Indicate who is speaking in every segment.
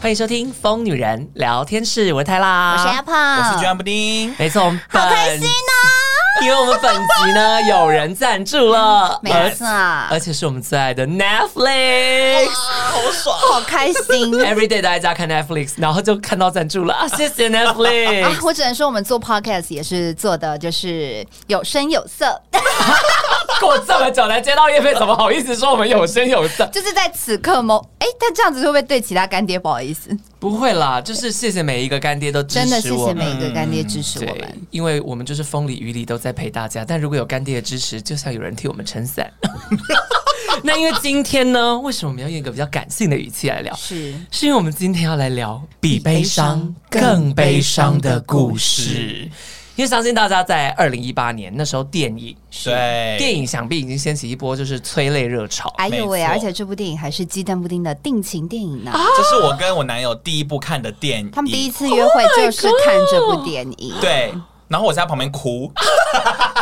Speaker 1: 欢迎收听《疯女人聊天室》，我是泰
Speaker 2: 我是
Speaker 1: 拉，
Speaker 2: Apple，
Speaker 3: 我是
Speaker 2: 好
Speaker 3: John 布丁，
Speaker 1: 没 错，我们本
Speaker 2: 开心哦！
Speaker 1: 因为我们本集呢有人赞助了，
Speaker 2: 没错，
Speaker 1: 而且是我们最爱的 Netflix。
Speaker 3: 好爽！
Speaker 2: 好开 心
Speaker 1: Every day 都在家看 Netflix，然后就看到赞助了 啊！谢谢 Netflix
Speaker 2: 啊！。我只能说，我们做 podcast 也是做的就是有声有色，
Speaker 1: 过这么久才接到叶配，怎么好意思说我们有声有色？
Speaker 2: 就是在此刻某哎，但这样子会不会对其他干爹不好意思？
Speaker 1: 不会啦，就是谢谢每一个干爹都支
Speaker 2: 真的谢
Speaker 1: 持我
Speaker 2: 谢
Speaker 1: 们。
Speaker 2: 每一个干爹支持我
Speaker 1: 对
Speaker 2: 们。，
Speaker 1: 因为我们就是风里雨里都在陪大家，但如果有干爹的支持，就像有人替我们撑 伞。那因为今天呢，为什么我们要用一个比较感性的语气来聊？
Speaker 2: 是
Speaker 1: 是因为我们今天要来聊比悲伤更悲伤的故事。因为相信大家在二零一八年那时候，电影
Speaker 3: 对，
Speaker 1: 电影想必已经掀起一波就是催泪热潮。
Speaker 2: 哎呦喂！
Speaker 3: 没错
Speaker 2: 而且这部电影还是鸡蛋布丁的定情电影呢。
Speaker 3: 这是我跟我男友第一部看的电影，
Speaker 2: 他们第一次约会就是看这部电影，
Speaker 3: 对，然后我在旁边哭，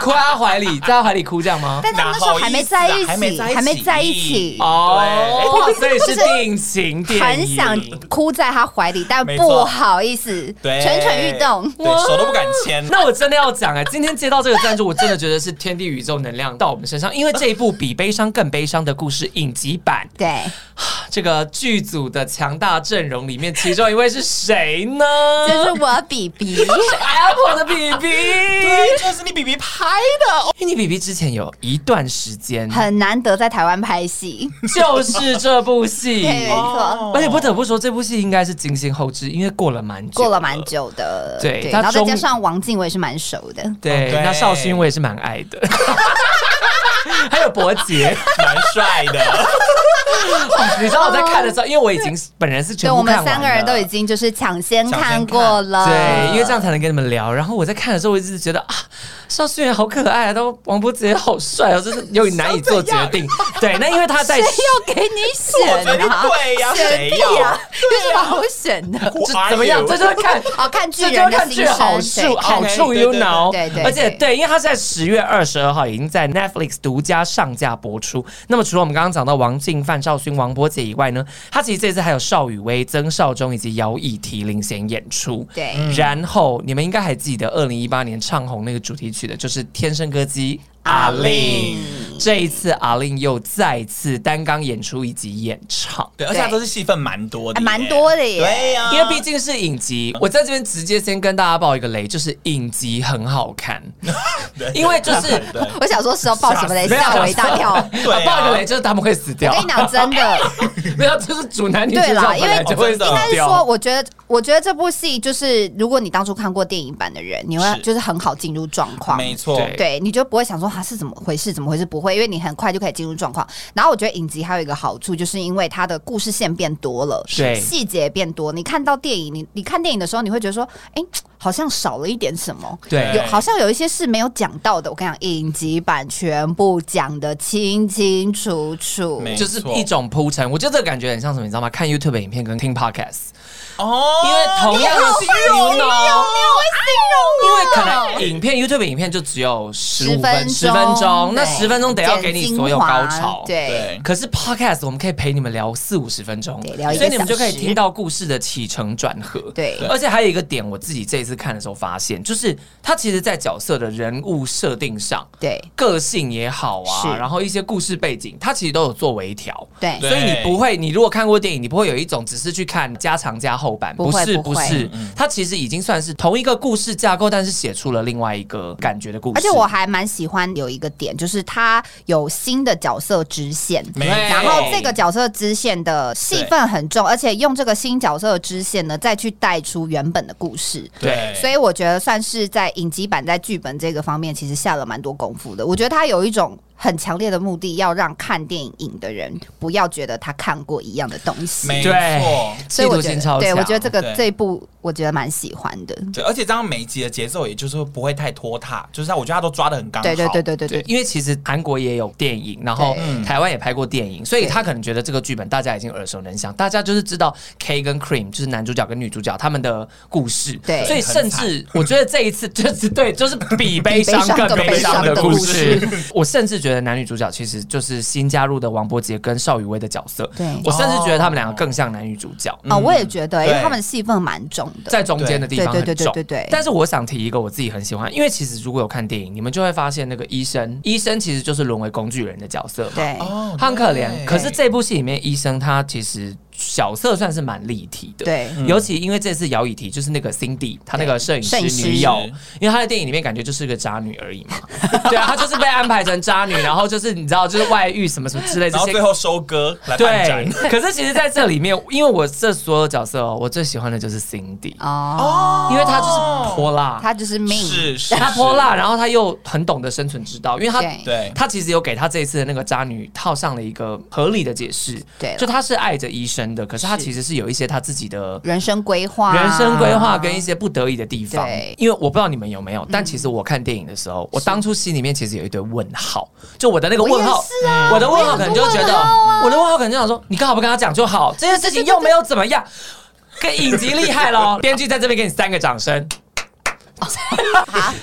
Speaker 1: 哭在他怀里，在他怀里哭这样吗？
Speaker 2: 但他们那时候还没在一起，
Speaker 3: 哪好意思啊
Speaker 2: 还
Speaker 3: 还
Speaker 2: 没
Speaker 3: 没
Speaker 2: 在
Speaker 3: 在
Speaker 2: 一
Speaker 3: 一
Speaker 2: 起
Speaker 3: 起，
Speaker 1: 哦，所以是
Speaker 2: 就是
Speaker 1: 定情电影，
Speaker 2: 很想哭在他怀里，但
Speaker 3: 没
Speaker 2: 不
Speaker 3: 错
Speaker 2: 好意思，
Speaker 3: 对，
Speaker 2: 蠢蠢欲动。
Speaker 3: 对，手都不敢牵。
Speaker 1: 那我真的要讲哎、今天接到这个赞助，我真的觉得是天地宇宙能量到我们身上，因为这一部比悲伤更悲伤的故事影集版，
Speaker 2: 对，
Speaker 1: 这个剧组的强大阵容里面，其中一位是谁呢？
Speaker 2: 这是我比比，
Speaker 1: Apple 的 BB。
Speaker 3: 对，哎就是你比比拍的，
Speaker 1: 啊因为你 BB 之前有一段时间，
Speaker 2: 很难得在台湾拍戏，
Speaker 1: 就是这部戏
Speaker 2: 对，。没错，
Speaker 3: 哦
Speaker 1: 而且不得不说，这部戏应该是精心后置，因为过了蛮久，
Speaker 2: 过了蛮久的，
Speaker 1: 对他
Speaker 2: 然后再
Speaker 1: 终
Speaker 2: 加上王静，我也是蛮熟的，
Speaker 1: 对，
Speaker 3: 对
Speaker 1: 那绍兴我也是蛮爱的， 还有伯杰，
Speaker 3: 蛮帅 的，
Speaker 1: 你知道我在看的时候，因为我已经本人是全
Speaker 2: 哦对，
Speaker 1: 部
Speaker 2: 我们
Speaker 1: 看完
Speaker 2: 三个人都已
Speaker 1: 了
Speaker 2: 经哦就是抢先
Speaker 3: 抢先
Speaker 2: 看
Speaker 3: 看
Speaker 2: 过了，
Speaker 1: 对，因为这样才能跟你们聊。然后我在看的时候，我一直觉得啊，邵勋元好可爱啊，都王伯杰好帅哦，就是有点难以做决 定。对，那因为他在
Speaker 2: 谁要给你
Speaker 3: 我觉
Speaker 2: 选
Speaker 3: 得
Speaker 2: 啊？
Speaker 3: 对呀，
Speaker 2: 选
Speaker 3: 谁
Speaker 2: 屁
Speaker 3: 要？
Speaker 1: 啊
Speaker 2: 呀，有什么好选的？
Speaker 3: Who
Speaker 1: 这
Speaker 3: are
Speaker 1: 怎么样？
Speaker 3: you？哦
Speaker 1: 这就是看
Speaker 2: 哦，看巨
Speaker 1: 这就
Speaker 2: 人
Speaker 1: 要
Speaker 2: 的
Speaker 1: 看
Speaker 2: 心
Speaker 1: 剧好
Speaker 2: 声，
Speaker 1: 处，
Speaker 2: 对
Speaker 1: 好
Speaker 3: 看
Speaker 1: 处
Speaker 3: 对对
Speaker 1: you
Speaker 3: 对
Speaker 1: know。
Speaker 2: 对对
Speaker 1: 而且
Speaker 2: 对
Speaker 1: 对，因为它是在十月二十二号已经在 Netflix 独家上架播出。那么除了我们刚刚讲到王静、范少勋、王波姐以外呢，他其实这次还有邵雨薇、曾少忠以及姚以缇领衔演出。
Speaker 2: 对。
Speaker 1: 然后你们应该还记得，二零一八年唱红那个主题曲的就是《天生歌姬》
Speaker 3: 阿
Speaker 1: 令。
Speaker 3: 令
Speaker 1: 这一次阿令又再次担纲演出以及演唱。
Speaker 3: 对，而且他都是戏份蛮多的耶，
Speaker 2: 还哎蛮多的耶
Speaker 3: 对呀，
Speaker 1: 因为毕竟是影集，我在这边直接先跟大家爆一个雷，就是影集很好 看，
Speaker 3: 对
Speaker 1: 因为就是
Speaker 3: 对
Speaker 2: 我想说是要爆什么雷，
Speaker 1: 没有
Speaker 2: 吓我一大跳。我
Speaker 3: 对
Speaker 1: 啊
Speaker 3: 啊
Speaker 1: 爆一个雷就是他们会死掉
Speaker 2: 跟，你讲真的，
Speaker 1: 没有就是主男女主
Speaker 2: 啊对
Speaker 1: 角
Speaker 2: 啦
Speaker 1: 本来
Speaker 2: 因为
Speaker 1: 就会死
Speaker 3: 应
Speaker 2: 但是说，
Speaker 1: 掉。
Speaker 2: 我觉得，我觉得这部戏就是，如果你当初看过电影版的人，你会
Speaker 3: 是
Speaker 2: 就是很好进入状况。
Speaker 3: 啊没错，
Speaker 1: 对
Speaker 2: 对，你就不会想说它是怎么回事，怎么回事？不会，因为你很快就可以进入状况。然后我觉得影集还有一个好处，就是因为它的故事线变多了，
Speaker 1: 对
Speaker 2: 细节变多。你看到电影，你你看电影的时候，你会觉得说，哎，好像少了一点什么。
Speaker 1: 对
Speaker 2: 有好像有一些是没有讲到的，我跟你讲，影集版全部讲的清清楚楚。
Speaker 3: 没
Speaker 1: 就是一种铺陈，我觉得这个感觉很像什么，你知道吗？看 YouTube 影片跟听 Podcast，
Speaker 3: 哦，
Speaker 1: 因为同样的形容，因为可
Speaker 2: 形容啊
Speaker 1: 能影片 YouTube 影片就只有十
Speaker 2: 十
Speaker 1: 五分十分钟，那十分钟得要给你所有高潮。
Speaker 2: 对，
Speaker 3: 对，
Speaker 1: 可是 podcast 我们可以陪你们聊四五十分钟
Speaker 2: 对聊一，个
Speaker 1: 所以你们就可以
Speaker 2: 小时
Speaker 1: 听到故事的起承转合。
Speaker 2: 对
Speaker 1: 而且还有一个点，我自己这一次看的时候发现，就是他其实在角色的人物设定上。
Speaker 2: 对
Speaker 1: 个性也好啊，
Speaker 2: 是
Speaker 1: 然后一些故事背景，他其实都有做微调，
Speaker 2: 对
Speaker 3: 对
Speaker 1: 所以你不会，你如果看过电影，你不会有一种只是去看加长加厚版，
Speaker 2: 不会
Speaker 1: 是
Speaker 2: 不
Speaker 1: 不
Speaker 2: 会嗯
Speaker 1: 是，它其实已经算是同一个故事架构，但是写出了另外一个感觉的故事。
Speaker 2: 而且我还蛮喜欢有一个点，就是他有新的角色支线。
Speaker 3: 没
Speaker 1: 对
Speaker 2: 然后这个角色支线的戏份很重，而且用这个新角色的支线呢，再去带出原本的故事。
Speaker 3: 对，
Speaker 2: 所以我觉得算是在影集版在剧本这个方面，其实下了蛮多功夫的。我觉得他有一种很强烈的目的，要让看电影的人不要觉得他看过一样的东西。
Speaker 3: 没
Speaker 1: 对
Speaker 3: 错。
Speaker 2: 所以我觉
Speaker 1: 企图心超
Speaker 2: 得，对
Speaker 1: 强
Speaker 2: 我觉得这个
Speaker 3: 对
Speaker 2: 这一部我觉得蛮喜欢的。
Speaker 3: 对，而且这样每一集的节奏，也就是不会太拖沓，就是他我觉得他都抓的很刚好。
Speaker 2: 对对对对对
Speaker 1: 对
Speaker 2: 对，，
Speaker 1: 因为其实韩国也有电影，然后
Speaker 2: 对
Speaker 3: 嗯
Speaker 1: 台湾也拍过电影，所以
Speaker 2: 对
Speaker 1: 他可能觉得这个剧本大家已经耳熟能详，大家就是知道 K 跟 Cream 就是男主角跟女主角他们的故事，
Speaker 2: 对
Speaker 1: 所以甚 至我觉得这一次就是对，就是比悲伤
Speaker 2: 比悲伤
Speaker 1: 更
Speaker 2: 更
Speaker 1: 悲伤的故
Speaker 2: 悲 伤
Speaker 1: 事。我甚至觉觉得男女主角其实就是新加入的王柏杰跟邵雨薇的角色，
Speaker 2: 对
Speaker 1: 我甚至觉得他们两个更像男女主角，
Speaker 2: 哦，我也觉得，
Speaker 3: 对
Speaker 2: 因为他们戏份蛮重的，
Speaker 1: 嗯在中间的地
Speaker 2: 对
Speaker 1: 方
Speaker 2: 对
Speaker 1: 很
Speaker 2: 对对
Speaker 1: 重。
Speaker 2: 对对。
Speaker 1: 但是我想提一个我自己很喜欢，因为其实如果有看电影，你们就会发现那个医生，医生其实就是沦为工具人的角色嘛。
Speaker 2: 对，
Speaker 3: 哦
Speaker 1: 他很可怜。
Speaker 3: 对
Speaker 1: 可是这部戏里面，医生他其实角色算是蛮立体的。
Speaker 2: 对
Speaker 1: 尤其因为这次姚以缇就是那个 Cindy，她那个摄影师
Speaker 2: 摄影师
Speaker 1: 女友，因为她在电影里面感觉就是个渣女而已嘛。对啊，她就是被安排成渣女，然后就是你知道就是外遇什么什么之类这
Speaker 3: 然后
Speaker 1: 些
Speaker 3: 最。后收割来办
Speaker 1: 对
Speaker 3: 展。，
Speaker 1: 可是其实在这里面，因为我这所有角色哦，我最喜欢的就是 Cindy，
Speaker 2: 哦，
Speaker 1: 因为她就是泼辣，
Speaker 2: 他就是命，
Speaker 3: 是是，
Speaker 1: 她
Speaker 3: 是
Speaker 1: 泼辣，然后她又很懂得生存之道，因为她
Speaker 2: 对
Speaker 3: 对，
Speaker 1: 他其实有给他这一次的那个渣女套上了一个合理的解释，
Speaker 2: 对了
Speaker 1: 就他是爱着医生的，可是他
Speaker 2: 是
Speaker 1: 其实是有一些他自己的
Speaker 2: 人生规划，哦
Speaker 1: 人生规划跟 一些不得已的地方
Speaker 2: 啊对。嗯
Speaker 1: 因为我不知道你们有没有，但其实我看电影的时候，我当初心里面其实有一堆问号，就我的那个问号
Speaker 2: 我也是啊，
Speaker 1: 我的问号可能就觉得，我的问号可能就想说，你干嘛不跟他讲就好，这件事情又没有怎么样。跟影集厉害 咯，编剧在这边给你三个掌声。
Speaker 2: 好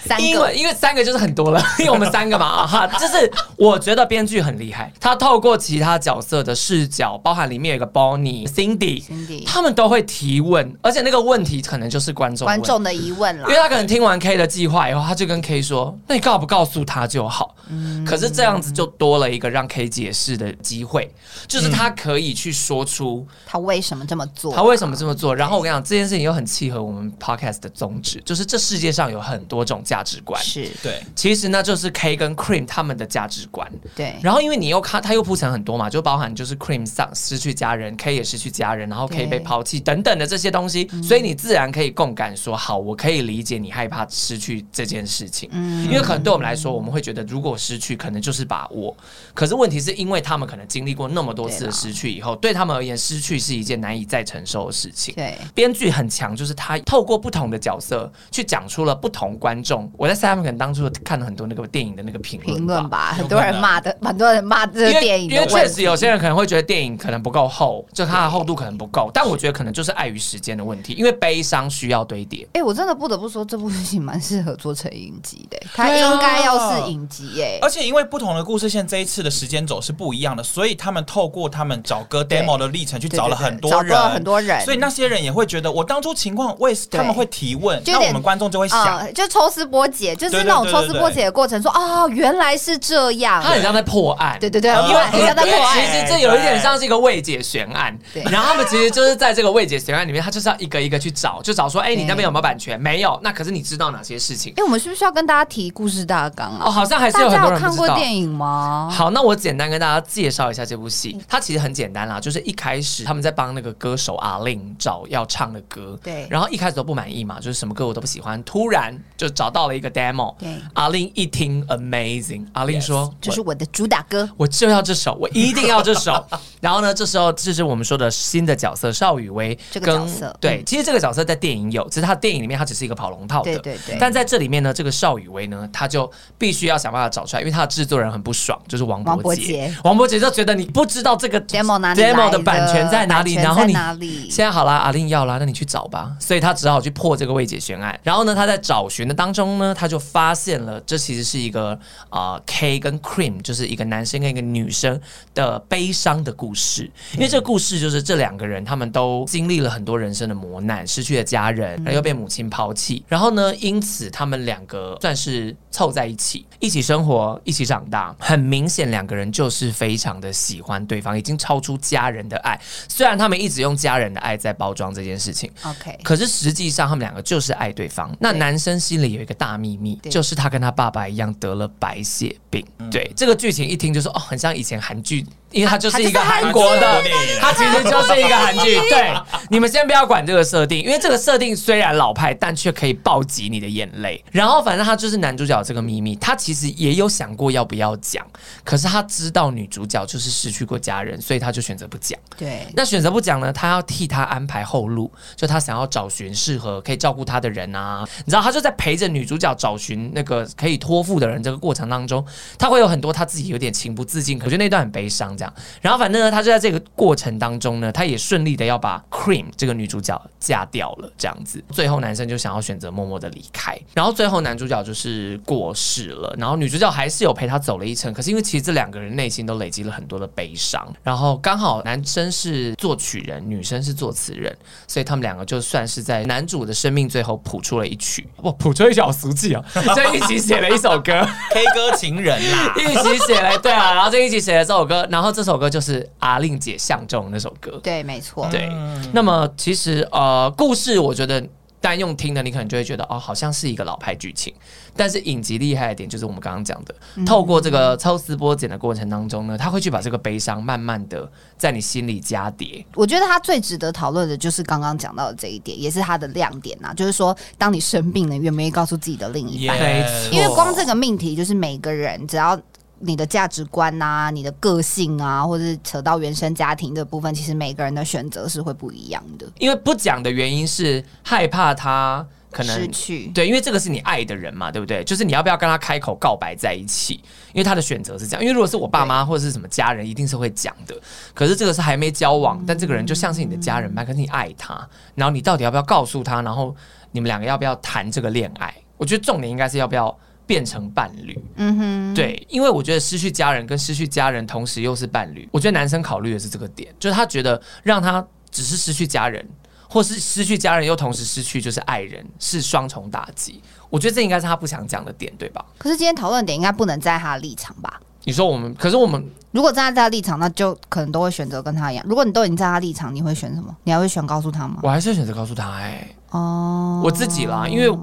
Speaker 2: 三
Speaker 1: 因为
Speaker 2: 个，
Speaker 1: 因为三个就是很多了， 因为我们三个嘛 啊哈，就是我觉得编剧很厉害，他透过其他角色的视角，包含里面有一个 Bonnie、Cindy，,
Speaker 2: Cindy
Speaker 1: 他们都会提问，而且那个问题可能就是观众问
Speaker 2: 观。众的疑问啦
Speaker 1: 因为，他可能听完 K 的计划以后，他就跟 K 说：“那你告不告诉他就好。
Speaker 2: 嗯
Speaker 1: 可是这样子就多了一个让 K 解释的机会，就是他可以去说出
Speaker 2: 他为什么这么做？
Speaker 1: 他为什么这么做？然后我跟你讲，这件事情又很契合我们 podcast 的宗旨，就是这世界上有很多种价值观，
Speaker 2: 是
Speaker 3: 对，
Speaker 1: 其实呢，就是 K 跟 Cream 他们的价值观。
Speaker 2: 对
Speaker 1: 然后因为你又看，他又铺陈很多嘛，就包含就是 Cream 丧失去家人，K 也失去家人，然后 K
Speaker 2: 对嗯
Speaker 1: 被抛弃等等的这些东西，所以你自然可以共感说，好，我可以理解你害怕失去这件事情，
Speaker 2: 嗯
Speaker 1: 因为可能对我们来说，我们会觉得如果失去，可能就是把握。可是问题是因为他们可能经历过那么多次
Speaker 2: 对
Speaker 1: 的
Speaker 2: 啦
Speaker 1: 失去以后，对他们而言，失去是一件难以再承受的事情。
Speaker 2: 对
Speaker 1: 编剧很强，就是他透过不同的角色去讲出了不同观众。我在 Simon 可能当初看了很多那个电影的那个评
Speaker 2: 评
Speaker 1: 论
Speaker 2: 论
Speaker 1: 吧。
Speaker 2: 吧，很多人骂的，很多人骂
Speaker 1: 因
Speaker 2: 这个
Speaker 1: 为
Speaker 2: 电影
Speaker 1: 因为
Speaker 2: 的
Speaker 1: 确
Speaker 2: 问
Speaker 1: 实
Speaker 2: 题，
Speaker 1: 有些人可能会觉得电影可能不够厚，就它的厚度可能不够，但我觉得可能就是碍于时间的问题，因为悲伤需要堆叠。
Speaker 2: 哎，我真的不得不说，这部剧情蛮适合做成影集的，它
Speaker 3: 对啊
Speaker 2: 应该要是影集耶，
Speaker 3: 而且因为不同的故事线，这一次的时间轴是不一样的，所以他们透过他们找歌
Speaker 2: 对
Speaker 3: demo 的历程去
Speaker 2: 对
Speaker 3: 找了
Speaker 2: 对对
Speaker 3: 很多
Speaker 2: 找
Speaker 3: 人，
Speaker 2: 到了很多人，
Speaker 3: 所以那些人也会觉得，我当初情况，我也是
Speaker 2: 对
Speaker 3: 他们会提问，
Speaker 2: 就有
Speaker 3: 那
Speaker 2: 点
Speaker 3: 我们观众就会想，啊
Speaker 2: 嗯，就抽丝剥�茧，就是
Speaker 3: 对对
Speaker 2: 那种
Speaker 3: 对
Speaker 2: 抽
Speaker 3: 对
Speaker 2: 丝
Speaker 3: 对
Speaker 2: 剥茧的过程，说哦，原来是这样
Speaker 1: 它，很像在破案，
Speaker 2: 啊对对对，
Speaker 3: 嗯
Speaker 2: 因为很像在
Speaker 1: 因为
Speaker 2: 破
Speaker 1: 其
Speaker 2: 案，
Speaker 1: 实这有一点像是一个未解悬案
Speaker 2: 对，
Speaker 1: 然后他们其实就是在这个未解悬案里面，他就是要一个一个去找，就找说，哎、你那边有没有版权？没有，那可是你知道哪些事情？
Speaker 2: 哎，我们是不是要跟大家提故事大纲
Speaker 1: 哦，
Speaker 2: 啊？
Speaker 1: 好像还是
Speaker 2: 大
Speaker 1: 有很
Speaker 2: 家
Speaker 1: 多
Speaker 2: 有
Speaker 1: 人不
Speaker 2: 看
Speaker 1: 知
Speaker 2: 过
Speaker 1: 道。
Speaker 2: 电影吗？
Speaker 1: 好，那我简单跟大家介绍一下这部
Speaker 2: 嗯
Speaker 1: 戏。它其实很简单啦，就是一开始他们在帮那个歌手阿令找要唱的歌，
Speaker 2: 对
Speaker 1: 然后一开始都不满意嘛，就是什么歌我都不喜欢，突然就找到了一个 demo，
Speaker 2: 对
Speaker 1: 阿令一听 amazing，阿令
Speaker 3: Yes，
Speaker 1: 说
Speaker 2: 这
Speaker 1: 我
Speaker 2: 是我的主打歌，
Speaker 1: 我就要这首，我一定要这首。 然后呢，这时候这是我们说的新的角色邵雨薇
Speaker 2: 这
Speaker 1: 跟，
Speaker 2: 个角色
Speaker 1: 对
Speaker 2: 嗯，
Speaker 1: 其实这个角色在电影有，只是他电影里面他只是一个跑龙套的，
Speaker 2: 对对对
Speaker 1: 但在这里面呢，这个邵雨薇呢，他就必须要想办法找出来，因为他的制作人很不爽，就是王
Speaker 2: 王
Speaker 1: 伯
Speaker 2: 伯
Speaker 1: 杰
Speaker 2: 杰。
Speaker 1: 王伯杰就觉得你不知道这个
Speaker 2: demo 哪里
Speaker 1: demo 的
Speaker 2: 来
Speaker 1: 版权在哪里，
Speaker 2: 版权
Speaker 1: 然后
Speaker 2: 在
Speaker 1: 你
Speaker 2: 哪里？
Speaker 1: 现在好啦，阿令要啦，那你去找吧。所以他只好去破这个未解悬案。然后呢，他在找寻的当中呢，他就发现了这其实是一个啊、呃 K 跟 Cream，就是一个男生跟一个女生的悲伤的故事。因为这个故事就是这两个人他们都经历了很多人生的磨难，失去了家人，然后又被母亲抛弃。然后呢，因此他们两个算是凑在一起，一起生活，一起长大。很明显，两个人就是非常的喜欢对方，已经超出家人的爱。虽然他们一直用家人的爱在包装这件事情，
Speaker 2: OK，
Speaker 1: 可是实际上他们两个就是爱对方。那
Speaker 2: 对
Speaker 1: 男生心里有一个大秘密，
Speaker 2: 对
Speaker 1: 就是他跟他爸爸一样得了白血病。对，这个剧情一听就说哦，很像以前韩剧，因为它就是一个
Speaker 2: 它就是
Speaker 1: 韩国的
Speaker 3: 韩剧，
Speaker 1: 它其实就是一个韩剧。对，你们先不要管这个设定，因为这个设定虽然老派，但却可以暴击你的眼泪。然后反正他就是男主角这个秘密，他其实也有想过要不要讲，可是他知道女主角就是失去过家人，所以他就选择不讲。
Speaker 2: 对
Speaker 1: 那选择不讲呢，他要替他安排后路，就他想要找寻适合可以照顾他的人啊。你知道，他就在陪着女主角找寻那个可以托付的人这个过程当中，他会有很多他自己有点情不自禁，可是那段很悲伤这样。然后反正呢，他就在这个过程当中呢，他也顺利的要把 Cream 这个女主角嫁掉了，这样子。最后男生就想要选择默默的离开，然后最后男主角就是过世了，然后女主角还是有陪他走了一程，可是因为其实这两个人内心都累积了很多的悲伤，然后刚好男生是作曲人，女生是作词人，所以他们两个就算是在男主的生命最后谱出了一曲，哇，谱出一曲好俗气 啊，就一起写了一首歌。，
Speaker 3: K 歌情人啦
Speaker 1: 一起写了，对啊，然后就一起写了这首歌，然后这首歌就是阿令姐相中的那首歌。
Speaker 2: 对，没错，
Speaker 1: 对，那么其实呃，故事我觉得。单用听的，你可能就会觉得哦，好像是一个老派剧情。但是影集厉害的点就是我们刚刚讲的，
Speaker 2: 嗯
Speaker 1: 透过这个抽丝剥茧的过程当中呢，他会去把这个悲伤慢慢的在你心里加叠。
Speaker 2: 我觉得他最值得讨论的就是刚刚讲到的这一点，也是他的亮点呐、就是说，当你生病了，你愿不愿意告诉自己的另一半？
Speaker 3: Yeah
Speaker 1: 没错
Speaker 2: 因为光这个命题，就是每个人只要。你的价值观呐、你的个性啊，或者是扯到原生家庭的部分，其实每个人的选择是会不一样的。
Speaker 1: 因为不讲的原因是害怕他可能
Speaker 2: 失去，
Speaker 1: 对，因为这个是你爱的人嘛，对不对？就是你要不要跟他开口告白在一起？因为他的选择是这样。因为如果是我爸妈或者是什么家人，一定是会讲的。可是这个是还没交往，但这个人就像是你的家人般，可是你爱他，然后你到底要不要告诉他？然后你们两个要不要谈这个恋爱？我觉得重点应该是要不要变成伴侣。
Speaker 2: 嗯哼，
Speaker 1: 对，因为我觉得失去家人跟失去家人同时又是伴侣，我觉得男生考虑的是这个点，就是他觉得让他只是失去家人，或是失去家人又同时失去就是爱人，是双重打击。我觉得这应该是他不想讲的点，对吧？
Speaker 2: 可是今天讨论点应该不能在他的立场吧？
Speaker 1: 你说我们，可是我们
Speaker 2: 如果站在他的立场，那就可能都会选择跟他一样。如果你都已经站在他立场，你会选什么？你还会选告诉他吗？
Speaker 1: 我还是选择告诉他、哎，
Speaker 2: 哦，
Speaker 1: 我自己啦，因为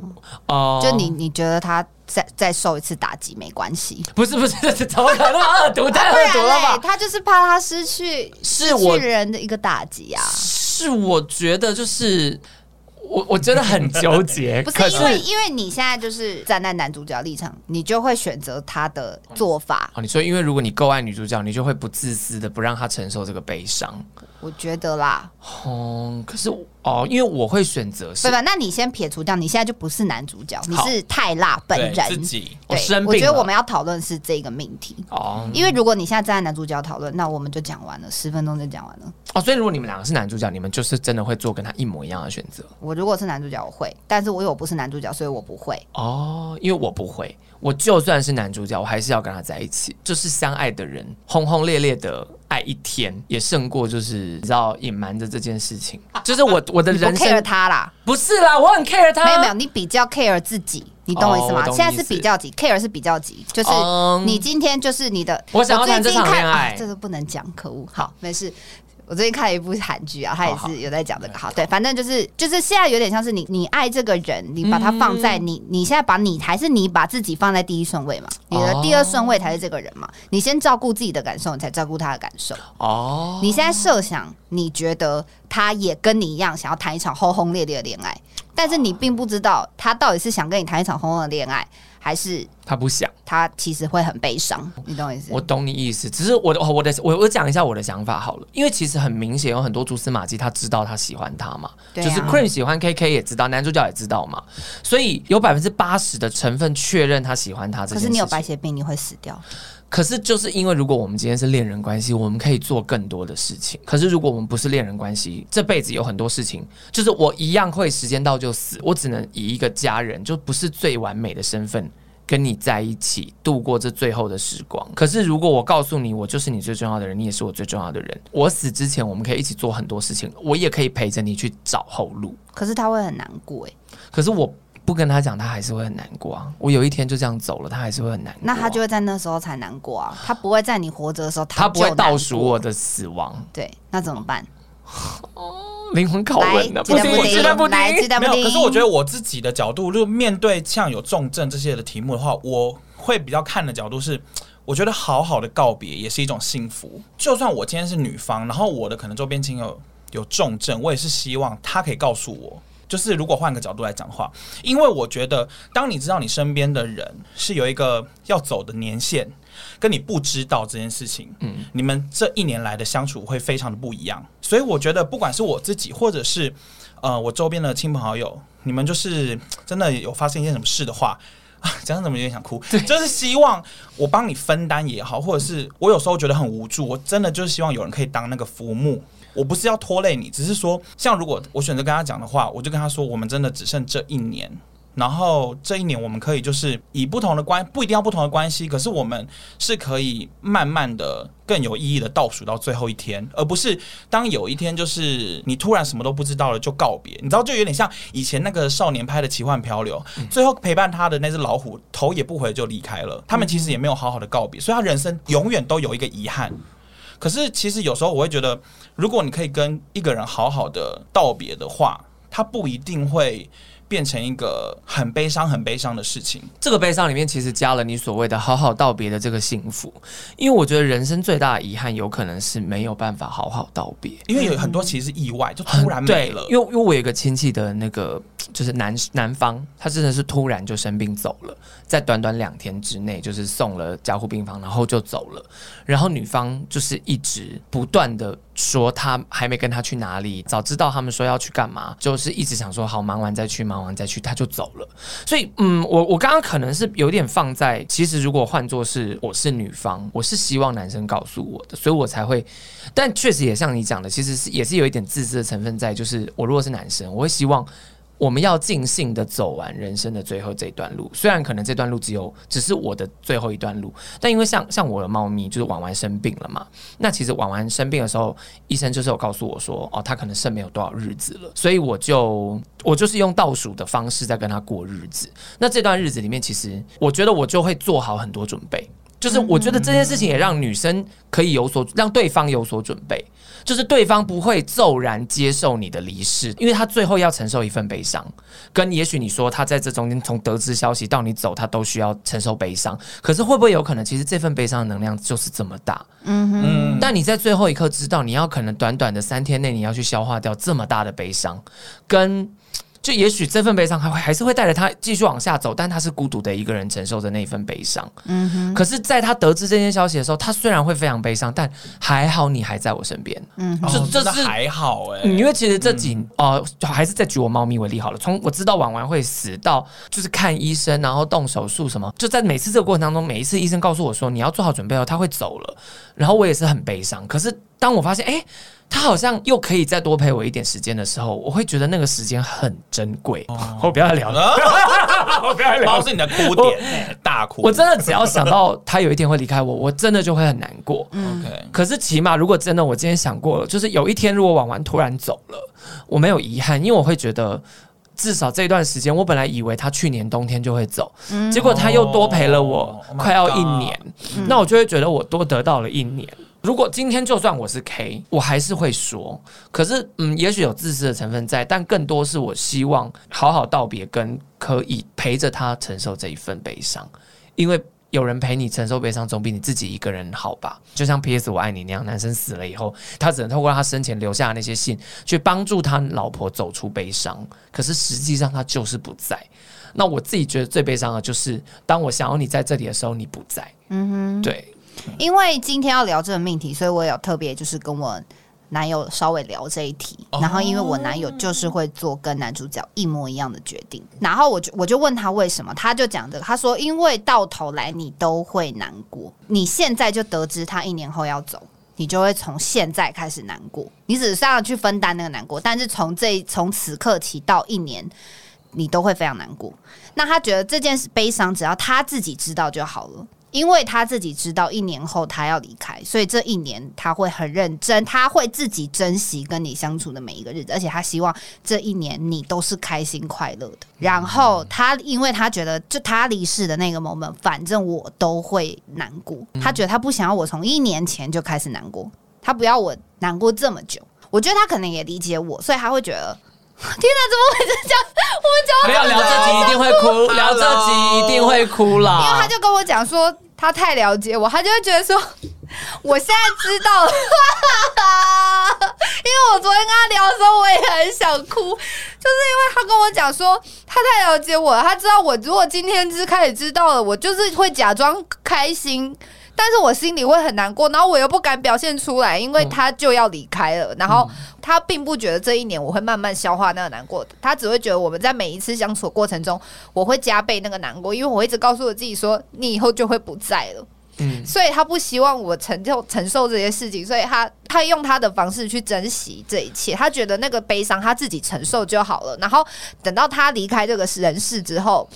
Speaker 1: 呃，
Speaker 2: 就你你觉得他再再受一次打击没关系？
Speaker 1: 不是不是，怎么可能那么恶毒？太
Speaker 2: 不
Speaker 1: 恶毒了
Speaker 2: 然嘞
Speaker 1: 吧？
Speaker 2: 啊他就是怕他失去
Speaker 1: 是
Speaker 2: 失
Speaker 1: 我
Speaker 2: 去人的一个打击啊！
Speaker 1: 是我觉得就是我我真的很纠结，
Speaker 2: 不
Speaker 1: 可
Speaker 2: 是因为因为你现在就是站在男主角立场，你就会选择他的做法。
Speaker 1: 哦，你说，因为如果你够爱女主角，你就会不自私的不让她承受这个悲伤。
Speaker 2: 我觉得啦，
Speaker 1: 哦，可是我哦，因为我会选择是
Speaker 2: 对吧？那你先撇除掉，你现在就不是男主角，你
Speaker 1: 好
Speaker 2: 是泰辣本
Speaker 3: 对
Speaker 2: 人
Speaker 3: 自。己
Speaker 1: 我
Speaker 2: 对，
Speaker 1: 哦生
Speaker 2: 我
Speaker 1: 病
Speaker 2: 觉得
Speaker 1: 了
Speaker 2: 我们要讨论是这个命题。
Speaker 1: 哦
Speaker 2: 因为如果你现在站在男主角讨论，那我们就讲完了，十分钟就讲完了。
Speaker 1: 哦，所以如果你们两个是男主角，你们就是真的会做跟他一模一样的选择
Speaker 2: 我如果是男主角，我会，但是我有不是男主角，所以我不会。
Speaker 1: 哦。因为我不会，我就算是男主角，我还是要跟他在一起，就是相爱的人，轰轰烈烈的爱一天，也胜过就是你知道隐瞒着这件事情。就是我我的
Speaker 2: 你不
Speaker 1: 人
Speaker 2: care
Speaker 1: 生
Speaker 2: 他啦，
Speaker 1: 不是啦，我很 care 他，
Speaker 2: 没有没有，你比较 care 自己，你懂我意思
Speaker 1: 哦我
Speaker 2: 吗？
Speaker 1: 懂你
Speaker 2: 现在
Speaker 1: 意
Speaker 2: 是
Speaker 1: 思
Speaker 2: 比较级，care 是比较级，就是
Speaker 1: 嗯
Speaker 2: 你今天就是你的。
Speaker 1: 我想要谈
Speaker 2: 最近
Speaker 1: 这场
Speaker 2: 看
Speaker 1: 恋爱
Speaker 2: 啊这个不能讲，可恶。好，没事。我最近看了一部韩剧啊，他也
Speaker 1: 好好
Speaker 2: 是有在讲这个。好，对，反正就是就是现在有点像是你你爱这个人，你把他放在
Speaker 1: 嗯
Speaker 2: 你、你现在把你还是你把自己放在第一顺位嘛，你
Speaker 1: 哦
Speaker 2: 的第二顺位才是这个人嘛。你先照顾自己的感受，你才照顾他的感受。
Speaker 1: 哦。
Speaker 2: 你现在设想，你觉得他也跟你一样想要谈一场轰轰烈烈的恋爱，但是你并不知道他到底是想跟你谈一场轰轰烈烈的恋爱，还是
Speaker 1: 他不想。
Speaker 2: 他其实会很悲伤，你懂我意思？
Speaker 1: 我懂你意思，只是我的哦我的我我讲一下我的想法好了，因为其实很明显有很多蛛丝马迹，他知道他喜欢他嘛，
Speaker 2: 对啊
Speaker 1: 就是 Cream 喜欢 KK 也知道，男主角也知道嘛，所以有百分之八十的成分确认他喜欢他这
Speaker 2: 可
Speaker 1: 件事情。
Speaker 2: 是你有白血病，你会死掉。
Speaker 1: 可是就是因为如果我们今天是恋人关系，我们可以做更多的事情。可是如果我们不是恋人关系，这辈子有很多事情，就是我一样会时间到就死，我只能以一个家人，就不是最完美的身份。跟你在一起度过这最后的时光。可是，如果我告诉你，我就是你最重要的人，你也是我最重要的人。我死之前，我们可以一起做很多事情，我也可以陪着你去找后路。
Speaker 2: 可是他会很难过哎，
Speaker 1: 可是我不跟他讲，他还是会很难过啊。我有一天就这样走了，他还是会很难过啊。
Speaker 2: 那他就会在那时候才难过啊，他不会在你活着的时候，
Speaker 1: 他不
Speaker 2: 就
Speaker 1: 会
Speaker 2: 难过
Speaker 1: 倒数哦我。的死亡。
Speaker 2: 对，那怎么办？
Speaker 1: 灵魂拷
Speaker 2: 来
Speaker 1: 问的，，
Speaker 2: 鸡蛋
Speaker 1: 行，鸡蛋
Speaker 2: 布丁，来鸡蛋布
Speaker 3: 没有，
Speaker 2: 丁。
Speaker 3: 可是我觉得我自己的角度，就面对像有重症这些的题目的话，我会比较看的角度是，我觉得好好的告别也是一种幸福。就算我今天是女方，然后我的可能周边亲友有重症，我也是希望他可以告诉我。就是如果换个角度来讲的话，因为我觉得，当你知道你身边的人是有一个要走的年限，跟你不知道这件事情，嗯，你们这一年来的相处会非常的不一样。所以我觉得，不管是我自己，或者是呃，我周边的亲朋好友，你们就是真的有发生一件什么事的话， 讲怎么有点想哭，就是希望我帮你分担也好，或者是我有时候觉得很无助，我真的就是希望有人可以当那个浮木。我不是要拖累你，只是说，像如果我选择跟他讲的话，我就跟他说，我们真的只剩这一年，然后这一年我们可以就是以不同的关，不一定要不同的关系，可是我们是可以慢慢的更有意义的倒数到最后一天，而不是当有一天就是你突然什么都不知道了就告别，你知道就有点像以前那个少年拍的《奇幻漂流》，最后陪伴他的那只老虎头也不回就离开了，他们其实也没有好好的告别，所以他人生永远都有一个遗憾。可是其实有时候我会觉得，如果你可以跟一个人好好的道别的话，他不一定会变成一个很悲伤、很悲伤的事情。
Speaker 1: 这个悲伤里面其实加了你所谓的好好道别的这个幸福，因为我觉得人生最大的遗憾有可能是没有办法好好道别。
Speaker 3: 因为有很多其实是意外，就突然没
Speaker 1: 嗯对
Speaker 3: 了，。
Speaker 1: 因为因为我有一个亲戚的那个就是男男方，他真的是突然就生病走了，在短短两天之内就是送了加护病房，然后就走了。然后女方就是一直不断的说他还没跟他去哪里，早知道他们说要去干嘛，就是一直想说好忙完再去，忙完再去，他就走了。所以，嗯，我我刚刚可能是有点放在，其实如果换作是我是女方，我是希望男生告诉我的，所以我才会，但确实也像你讲的，其实是也是有一点自私的成分在，就是我如果是男生，我会希望。我们要尽兴的走完人生的最后这段路，虽然可能这段路只有只是我的最后一段路，但因为像像我的猫咪就是婉婉生病了嘛，那其实婉婉生病的时候，医生就是有告诉我说，哦，她可能剩没有多少日子了，所以我就我就是用倒数的方式在跟她过日子。那这段日子里面，其实我觉得我就会做好很多准备，就是我觉得这件事情也让女生可以有所让对方有所准备，就是对方不会骤然接受你的离世，因为他最后要承受一份悲伤，跟也许你说他在这中间从得知消息到你走，他都需要承受悲伤。可是会不会有可能，其实这份悲伤的能量就是这么大？
Speaker 2: 嗯哼，
Speaker 3: 嗯，
Speaker 1: 但你在最后一刻知道，你要可能短短的三天内，你要去消化掉这么大的悲伤，跟就也许这份悲伤还会还是会带着他继续往下走，但他是孤独的一个人承受着那一份悲伤。
Speaker 2: 嗯哼，
Speaker 1: 可是，在他得知这件消息的时候，他虽然会非常悲伤，但还好你还在我身边。
Speaker 2: 嗯哼，
Speaker 3: 哦
Speaker 1: 这这
Speaker 3: 真的
Speaker 1: 是
Speaker 3: 还好哎、
Speaker 1: 嗯因为其实这几哦、还是再举我猫咪为例好了。从我知道婉婉会死到就是看医生，然后动手术什么，就在每次这个过程当中，每一次医生告诉我说你要做好准备哦，他会走了。然后我也是很悲伤，可是当我发现哎、诶他好像又可以再多陪我一点时间的时候，我会觉得那个时间很珍贵。 我不要再聊 了，哦我不要再聊
Speaker 3: 猫
Speaker 1: 了。
Speaker 3: 是你的哭点、哎大哭。
Speaker 1: 嗯我真的只要想到他有一天会离开我，我真的就会很难过。
Speaker 2: 嗯
Speaker 3: OK，
Speaker 1: 可是起码，如果真的我今天想过了，就是有一天如果婉婉突然走了，我没有遗憾，因为我会觉得。至少这段时间，我本来以为他去年冬天就会走，
Speaker 2: 嗯
Speaker 1: 结果他又多陪了我
Speaker 3: 哦，Oh my
Speaker 1: 快要一年，那我就会觉得我多得到了一年。如果今天就算我是 K，我还是会说，可是嗯，也许有自私的成分在，但更多是我希望好好道别，跟可以陪着他承受这一份悲伤，因为有人陪你承受悲伤，总比你自己一个人好吧？就像 P.S. 我爱你那样，男生死了以后，他只能透过他生前留下的那些信，去帮助他老婆走出悲伤。可是实际上他就是不在。那我自己觉得最悲伤的就是，当我想要你在这里的时候，你不在。嗯哼，对，
Speaker 2: 因为今天要聊这个命题，所以我有特别就是跟我男友稍微聊这一题。然后因为我男友就是会做跟男主角一模一样的决定，然后我就我就问他为什么，他就讲这个，他说因为到头来你都会难过，你现在就得知他一年后要走。你就会从现在开始难过，你只是要去分担那个难过，但是从这从此刻起到一年，你都会非常难过。那他觉得这件事悲伤，只要他自己知道就好了。因为他自己知道一年后他要离开，所以这一年他会很认真，他会自己珍惜跟你相处的每一个日子，而且他希望这一年你都是开心快乐的。然后他，因为他觉得就他离世的那个 moment，反正我都会难过。他觉得他不想要我从一年前就开始难过，他不要我难过这么久。我觉得他可能也理解我，所以他会觉得， 天哪，怎么会是这样？ 我
Speaker 1: 没
Speaker 2: 们
Speaker 1: 有聊
Speaker 2: 讲话
Speaker 1: 这集一定会哭，聊这集一定会哭啦。啊
Speaker 2: 因为他就跟我讲说，他太了解我，他就会觉得说， 我现在知道了， 因为我昨天跟他聊的时候，我也很想哭，就是因为他跟我讲说，他太了解我了，他知道我如果今天是开始知道了，我就是会假装开心。但是我心里会很难过，然后我又不敢表现出来，因为他就要离开了。然后他并不觉得这一年我会慢慢消化那个难过的，他只会觉得我们在每一次相处的过程中，我会加倍那个难过，因为我一直告诉我自己说，你以后就会不在了。
Speaker 1: 嗯，
Speaker 2: 所以他不希望我承受承受这些事情，所以他他用他的方式去珍惜这一切，他觉得那个悲伤他自己承受就好了。然后等到他离开这个人世之后，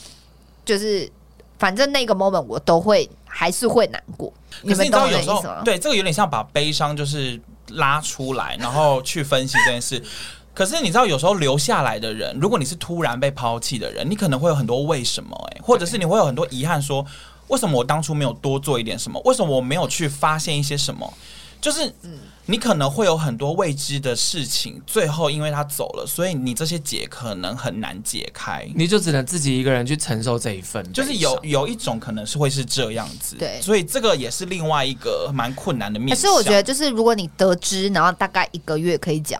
Speaker 2: 就是反正那个 moment 我都会还是会难过。
Speaker 3: 可是
Speaker 2: 们
Speaker 3: 你知
Speaker 2: 懂
Speaker 3: 道
Speaker 2: 我的
Speaker 3: 有
Speaker 2: 意
Speaker 3: 时
Speaker 2: 思
Speaker 3: 候
Speaker 2: 吗？
Speaker 3: 对这个有点像把悲伤就是拉出来，然后去分析这件 事。可是你知道，有时候留下来的人，如果你是突然被抛弃的人，你可能会有很多为什么、欸，或者是你会有很多遗憾说为什么我当初没有多做一点什么？为什么我没有去发现一些什么？就是
Speaker 2: 嗯
Speaker 3: 你可能会有很多未知的事情，最后因为他走了，所以你这些结可能很难解开。
Speaker 1: 你就只能自己一个人去承受这一份悲伤，
Speaker 3: 就是有有一种可能是会是这样子，
Speaker 2: 对
Speaker 3: 所以这个也是另外一个蛮困难的面
Speaker 2: 可
Speaker 3: 向。
Speaker 2: 是我觉得，就是如果你得知，然后大概一个月可以讲，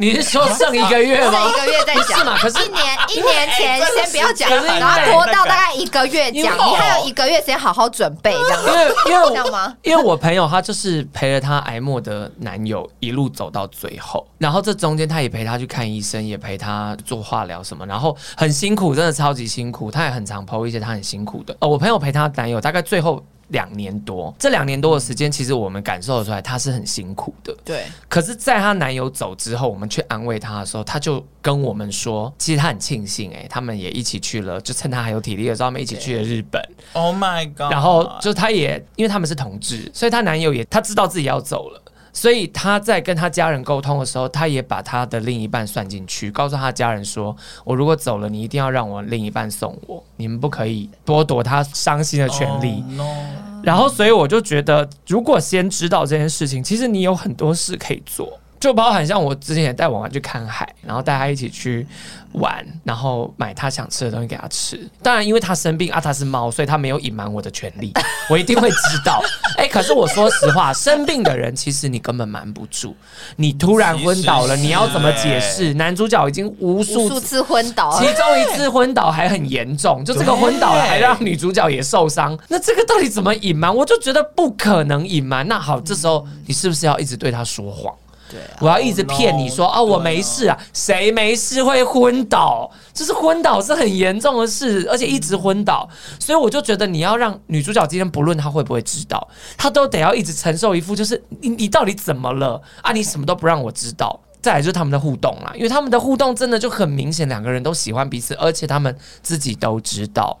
Speaker 1: 你 是说剩一个月
Speaker 2: 这
Speaker 1: 吗
Speaker 2: 一？个月再讲，
Speaker 1: 是嘛可是哎
Speaker 2: 一年一年前
Speaker 3: 真的
Speaker 2: 先不要讲，
Speaker 1: 可是
Speaker 2: 然后拖到
Speaker 3: 对
Speaker 2: 大概一个月讲，
Speaker 1: 因为
Speaker 2: 你还有一个月时间好好准备，这样
Speaker 1: 因为因为
Speaker 2: 这样
Speaker 1: 我
Speaker 2: 吗？
Speaker 1: 因为我朋友她就是陪了她癌末的男友一路走到最后，然后这中间她也陪他去看医生，也陪他做化疗什么，然后很辛苦，真的超级辛苦。她也很常 PO 一些她很辛苦的。呃，我朋友陪她男友大概最后两年多，这两年多的时间，其实我们感受得出来她是很辛苦的。
Speaker 2: 对，
Speaker 1: 可是，在她男友走之后，我们去安慰她的时候，她就跟我们说，其实她很庆幸、哎，他们也一起去了，就趁她还有体力的时候，他们一起去了日本。
Speaker 3: ，Oh my God！
Speaker 1: 然后就她也，因为他们是同志，所以她男友也她知道自己要走了。所以她在跟她家人沟通的时候，她也把她的另一半算进去，告诉她家人说：“我如果走了，你一定要让我另一半送我，你们不可以剥夺她伤心的权利。
Speaker 3: Oh no，
Speaker 1: 然后，所以我就觉得，如果先知道这件事情，其实你有很多事可以做，就包含像我之前也带婉婉去看海，然后带她一起去玩，然后买她想吃的东西给她吃。当然，因为她生病啊，她是猫，所以她没有隐瞒我的权 利，我一定会知道。哎、可是我说实话，生病的人其实你根本瞒不住，你突然昏倒了，
Speaker 3: 其实是
Speaker 1: 你要怎么解释？男主角已经无
Speaker 2: 无
Speaker 1: 数次
Speaker 2: 数次昏倒啊
Speaker 1: 其中一次昏倒还很严重，就这个昏倒了还让女主角也受伤，那这个到底怎么隐瞒？我就觉得不可能隐瞒。那好，这时候你是不是要一直对她说谎？
Speaker 2: 对啊
Speaker 1: 我要一直骗你说
Speaker 3: Oh
Speaker 1: 哦，
Speaker 3: no，
Speaker 1: 我
Speaker 3: 对啊
Speaker 1: 没事啊，谁没事会昏倒？就是昏倒是很严重的事，而且一直昏倒，所以我就觉得你要让女主角今天不论她会不会知道，她都得要一直承受一副就是你你到底怎么了啊？你什么都不让我知道。再来就是他们的互动啦，因为他们的互动真的就很明显，两个人都喜欢彼此，而且他们自己都知道。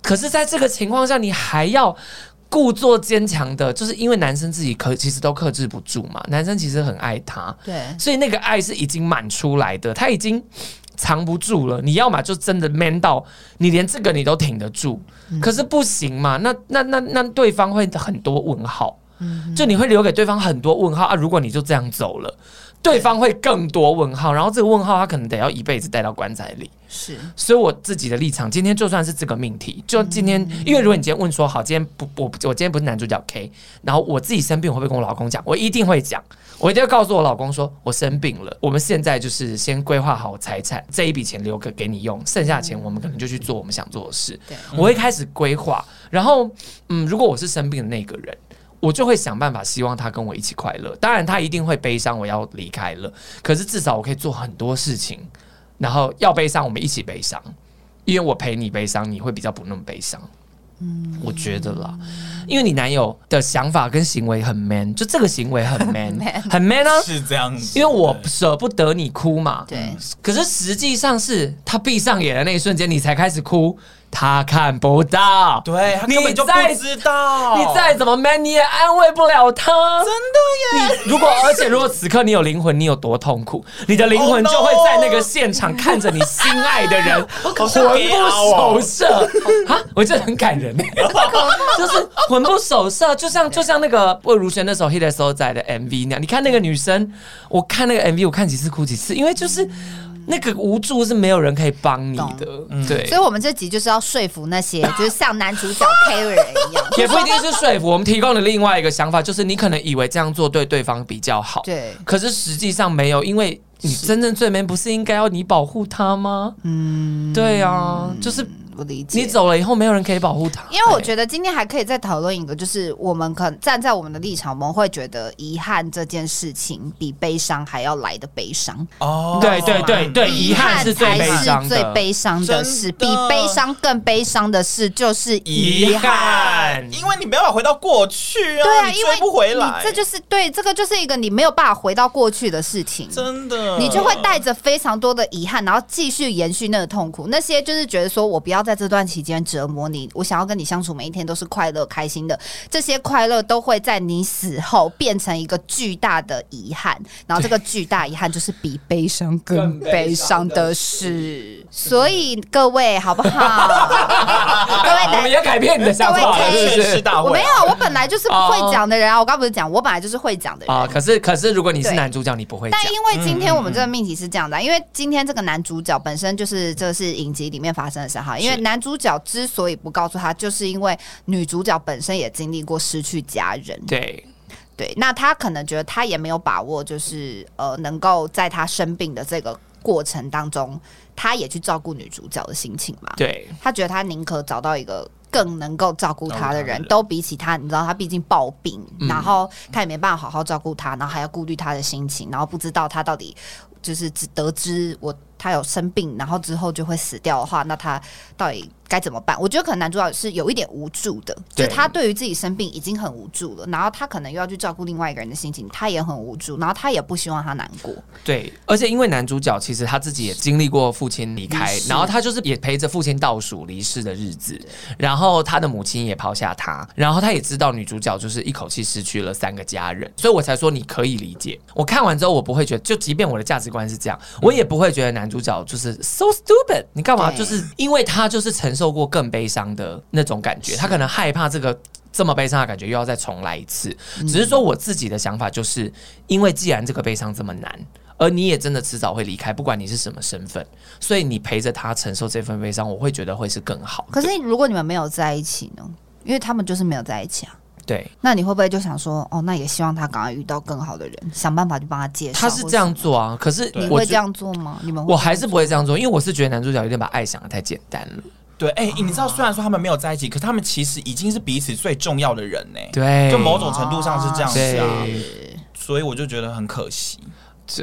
Speaker 1: 可是，在这个情况下，你还要故作坚强的，就是因为男生自己克其实都克制不住嘛，男生其实很爱她，
Speaker 2: 对，
Speaker 1: 所以那个爱是已经满出来的，他已经藏不住了。你要么就真的 man 到你连这个你都挺得住，可是不行嘛，那那那那对方会很多问号，就你会留给对方很多问号啊。如果你就这样走了。对方会更多问号，然后这个问号他可能得要一辈子带到棺材里。
Speaker 2: 是
Speaker 1: 所以我自己的立场，今天就算是这个命题，就今天，因为如果你今天问说好，今天不，我我今天不是男主角 K，然后我自己生病，我会不会跟我老公讲？我一定会讲，我一定要告诉我老公说我生病了，我们现在就是先规划好财产，这一笔钱留给给你用，剩下的钱我们可能就去做我们想做的事。
Speaker 2: 对
Speaker 1: 我会开始规划，然后嗯，如果我是生病的那个人。我就会想办法，希望他跟我一起快乐。当然，他一定会悲伤，我要离开了。可是至少我可以做很多事情，然后要悲伤，我们一起悲伤，因为我陪你悲伤，你会比较不那么悲伤。嗯，我觉得啦，因为你男友的想法跟行为很 man，就这个行为很 man，
Speaker 2: man
Speaker 1: 很 man 啊，
Speaker 3: 是这样子，
Speaker 1: 因为我舍不得你哭嘛。
Speaker 2: 对，
Speaker 1: 可是实际上是他闭上眼的那一瞬间，你才开始哭，他看不到。
Speaker 3: 对他根本就不知道，
Speaker 1: 你再怎么 man，你也安慰不了他。
Speaker 3: 真的耶，
Speaker 1: 如果而且如果此刻你有灵魂，你有多痛苦，你的灵魂
Speaker 3: Oh no
Speaker 1: 就会在那个现场看着你心爱的人魂不守舍啊！我觉得很感人欸，就是魂不守舍，就像就像那个魏如萱那首《Hit 的时候在的 MV 那样。你看那个女生，我看那个 MV，我看几次哭几次，因为就是。那个无助是没有人可以帮你的，
Speaker 3: 嗯
Speaker 1: 对
Speaker 2: 所。以，我们这集就是要说服那些，就是像男主角 K 人一 样，
Speaker 1: 也不一定是说服，我们提供的另外一个想法就是，你可能以为这样做对对方比较好，
Speaker 2: 对，
Speaker 1: 可是实际上没有，因为你真正最 man 不是应该要你保护他吗？嗯，对啊，就是
Speaker 2: 我理解。
Speaker 1: 你走了以后，没有人可以保护他、
Speaker 2: 因为我
Speaker 1: 得
Speaker 2: 觉得今天还可以再讨论一个，就是我们可能站在我们的立场，我们会觉得遗憾这件事情比悲伤还要来的悲伤。
Speaker 3: 哦，
Speaker 1: 对对对对，遗憾是最
Speaker 2: 才
Speaker 1: 悲伤
Speaker 2: 是最
Speaker 1: 的。
Speaker 2: 悲伤的事，比
Speaker 3: 真的
Speaker 2: 悲伤更悲伤的事就是
Speaker 1: 遗
Speaker 2: 遗
Speaker 1: 憾
Speaker 3: 因为你没办法回到过去啊，
Speaker 2: 对啊，
Speaker 3: 你
Speaker 2: 因为
Speaker 3: 追不回
Speaker 2: 你
Speaker 3: 来，
Speaker 2: 这就是对这个就是一个你没有办法回到过去的事情。
Speaker 3: 真的，
Speaker 2: 你就会带着非常多的遗憾，然后继续延续那个痛苦。那些就是觉得说我不要在这段期间折磨你，我想要跟你相处每一天都是快乐开心的。这些快乐都会在你死后变成一个巨大的遗憾，然后这个巨大遗憾就是比悲伤更悲伤的事。所以各位好不好？ 各位
Speaker 1: 我
Speaker 2: 男
Speaker 1: 们要改变你的想法了，是不
Speaker 3: 各位可以
Speaker 1: 是
Speaker 3: 是？大
Speaker 2: 我
Speaker 3: 会
Speaker 2: 没有，我本来就是不会讲的人啊！我刚不是讲，我本来就是会讲的人
Speaker 1: 啊，可是可是，如果你是
Speaker 2: 对
Speaker 1: 男主角，你不会讲
Speaker 2: 但。因为今天我们这个命题是这样的啊、因为今天这个男主角本身就是这是影集里面发生的事哈。因为男主角之所以不告诉他，就是因为女主角本身也经历过失去家人，
Speaker 1: 对，
Speaker 2: 对，那他可能觉得他也没有把握，就是呃，能够在他生病的这个过程当中，他也去照顾女主角的心情嘛。
Speaker 1: 对，
Speaker 2: 他觉得他宁可找到一个更能够照顾他的
Speaker 3: 照顾他的
Speaker 2: 人，
Speaker 3: 人
Speaker 2: 都比起他，你知道他毕竟暴病，然后他也没办法好好照顾他，然后还要顾虑他的心情，然后不知道他到底就是只得知我他有生病，然后之后就会死掉的话，那他到底该怎么办？我觉得可能男主角是有一点无助的，就
Speaker 1: 对
Speaker 2: 是他对于自己生病已经很无助了，然后他可能又要去照顾另外一个人的心情，他也很无助，然后他也不希望他难过，
Speaker 1: 对，而且因为男主角其实他自己也经历过父亲离开
Speaker 2: 离，世
Speaker 1: 然后他就是也陪着父亲倒数离世的日子，然后他的母亲也抛下他，然后他也知道女主角就是一口气失去了三个家人，所以我才说你可以理解。我看完之后，我不会觉得，就即便我的价值观是这样，我也不会觉得男主角就是 so stupid，你干嘛？
Speaker 2: 对
Speaker 1: 就是因为他就是承受过更悲伤的那种感觉，他可能害怕这个。这么悲伤的感觉又要再重来一次，只是说我自己的想法就是，因为既然这个悲伤这么难，而你也真的迟早会离开，不管你是什么身份，所以你陪着他承受这份悲伤，我会觉得会是更好。
Speaker 2: 可是如果你们没有在一起呢？因为他们就是没有在一起啊。
Speaker 1: 对，
Speaker 2: 那你会不会就想说，哦，那也希望他赶快遇到更好的人，想办法去帮他介绍？
Speaker 1: 他是这样，做啊，可是
Speaker 2: 你
Speaker 1: 我
Speaker 2: 会
Speaker 1: 觉
Speaker 2: 这
Speaker 1: 得
Speaker 2: 样做吗？你们会
Speaker 1: 我还是不会这样做，因为我是觉得男主角有点把爱想的太简单了。
Speaker 3: 对，哎、你知道，虽然说他们没有在一起，可是他们其实已经是彼此最重要的人呢、
Speaker 1: 对，
Speaker 3: 就某种程度上是这样子啊，
Speaker 1: 对
Speaker 3: 所以我就觉得很可惜。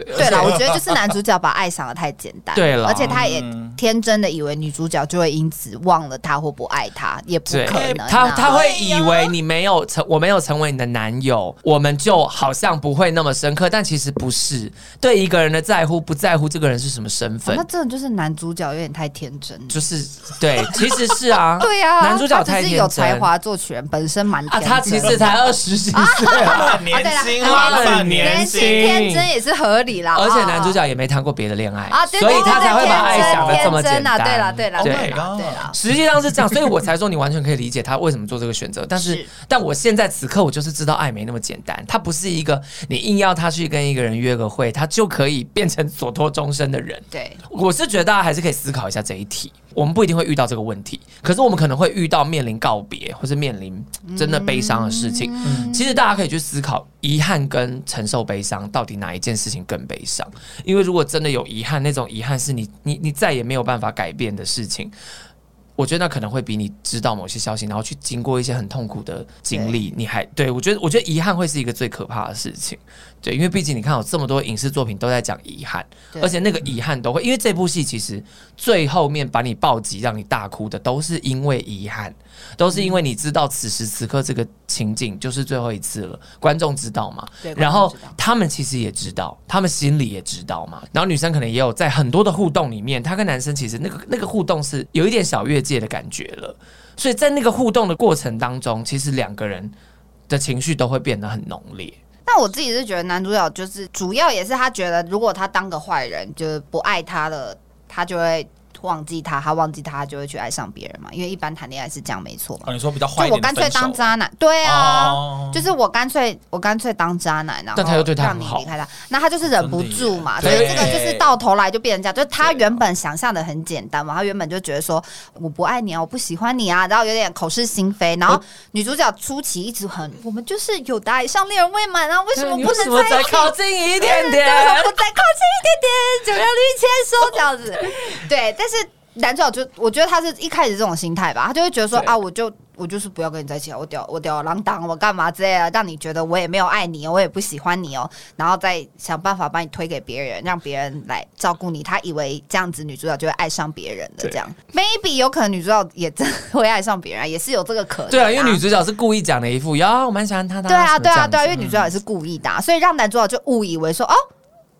Speaker 2: 对了，我觉得就是男主角把爱想的太简单，
Speaker 1: 啊对啦
Speaker 2: 而且他也
Speaker 3: 嗯
Speaker 2: 天真的以为女主角就会因此忘了他或不爱他，也不
Speaker 1: 对
Speaker 2: 可能啊。
Speaker 1: 他他会以为你没有成，我没有成为你的男友，我们就好像不会那么深刻，但其实不是。对一个人的在乎，不在乎这个人是什么身
Speaker 2: 哦
Speaker 1: 份，
Speaker 2: 那真的就是男主角有点太天真了。
Speaker 1: 就是对，其实是啊，
Speaker 2: 对啊，
Speaker 1: 男主角太
Speaker 2: 他只是
Speaker 1: 天
Speaker 2: 有
Speaker 1: 真
Speaker 2: 才华作曲人，本身蛮
Speaker 1: 啊，
Speaker 2: 天真的。
Speaker 1: 他其实才二十几岁，
Speaker 3: 他们很
Speaker 2: 啊，对
Speaker 3: 年
Speaker 2: 啦
Speaker 3: 轻
Speaker 1: 他们
Speaker 3: 啊，他们
Speaker 1: 很
Speaker 3: 很
Speaker 1: 年
Speaker 3: 年
Speaker 1: 轻
Speaker 3: 轻。
Speaker 2: 天真也是合理啦。
Speaker 1: 而且
Speaker 2: 啊
Speaker 1: 男主角也没谈过别的恋爱
Speaker 2: 啊，对对
Speaker 1: 所以他才会把爱想的这么
Speaker 2: 天
Speaker 1: 简
Speaker 2: 真啊
Speaker 1: 单。
Speaker 2: 对了对了哦
Speaker 1: 对
Speaker 2: 对了
Speaker 3: Oh my
Speaker 2: 对
Speaker 3: god
Speaker 2: 了。
Speaker 1: 实际上是这样，所以我才说你完全可以理解他为什么做这个选择。但是，
Speaker 2: 是
Speaker 1: 但我现在此刻我就是知道爱没那么简单，他不是一个你硬要他去跟一个人约个会，他就可以变成所托终身的人。
Speaker 2: 对，
Speaker 1: 我是觉得大家还是可以思考一下这一题。我们不一定会遇到这个问题，可是我们可能会遇到面临告别，或是面临真的悲伤的事情。
Speaker 2: 嗯
Speaker 1: 其实大家可以去思考，遗憾跟承受悲伤到底哪一件事情更悲伤？因为如果真的有遗憾，那种遗憾是你你你再也没有办法改变的事情。我觉得那可能会比你知道某些消息，然后去经过一些很痛苦的经历，你还对我觉得，我觉得遗憾会是一个最可怕的事情，对，因为毕竟你看有这么多影视作品都在讲遗憾，
Speaker 2: 对
Speaker 1: 而且那个遗憾都会，因为这部戏其实最后面把你暴击让你大哭的，都是因为遗憾，都是因
Speaker 2: 嗯
Speaker 1: 为你知道此时此刻这个情景就是最后一次了，观众知道嘛，
Speaker 2: 对
Speaker 1: 然
Speaker 2: 观
Speaker 1: 后
Speaker 2: 众知道
Speaker 1: 他们其实也知道，他们心里也知道嘛。然后女生可能也有在很多的互动里面，她跟男生其实那个那个互动是有一点小越界的感觉了。所以在那个互动的过程当中，其实两个人的情绪都会变得很浓烈。
Speaker 2: 那我自己是觉得男主角就是主要也是他觉得，如果他当个坏人，就是不爱他了，他就会。忘记他，他忘记他就会去爱上别人嘛，因为一般谈恋爱是这样，没错嘛。
Speaker 3: 哦，你说比较坏
Speaker 2: 就
Speaker 3: 一
Speaker 2: 我
Speaker 3: 点的
Speaker 2: 干
Speaker 3: 分手，
Speaker 2: 脆当渣男，对哦啊，
Speaker 3: 哦
Speaker 2: 就是我干脆我干脆当渣男，然后
Speaker 1: 但他又对他
Speaker 2: 让
Speaker 1: 很
Speaker 2: 你
Speaker 1: 好
Speaker 2: 离开他，那他就是忍不住嘛，所
Speaker 3: 真
Speaker 2: 以
Speaker 3: 的耶
Speaker 2: 这个就
Speaker 3: 对
Speaker 2: 是到头来就变成这样，就是他原本想象的很简单嘛，他原本就觉得说我不爱你啊，我不喜欢你啊，然后有点口是心非，然
Speaker 3: 呃
Speaker 2: 后女主角初期一直很，我们就是有的爱上恋人未满啊，为什么
Speaker 1: 哎你
Speaker 2: 不
Speaker 1: 什
Speaker 2: 能
Speaker 1: 么
Speaker 2: 在
Speaker 1: 再
Speaker 2: 一起？啊
Speaker 1: 靠近一点点？
Speaker 2: 我再靠近一点点，九六六签收这样子。对，但是男主角就我觉得他是一开始这种心态吧，他就会觉得说
Speaker 1: 对
Speaker 2: 啊，我就我就是不要跟你在一起啊，我吊我吊儿郎当，我干嘛之类的，让你觉得我也没有爱你，我也不喜欢你哦，然后再想办法把你推给别人，让别人来照顾你。他以为这样子女主角就会爱上别人的
Speaker 1: 对
Speaker 2: 这样，maybe 有可能女主角也真的会爱上别人啊，也是有这个可能、
Speaker 1: 对啊，因为女主角是故意讲的一副，呀，我蛮喜欢他的。
Speaker 2: 对啊，
Speaker 1: 什么
Speaker 2: 对
Speaker 1: 这
Speaker 2: 啊，
Speaker 1: 样
Speaker 2: 对啊，
Speaker 1: 子
Speaker 2: 因为女主角也是故意的啊、所以让男主角就误以为说哦。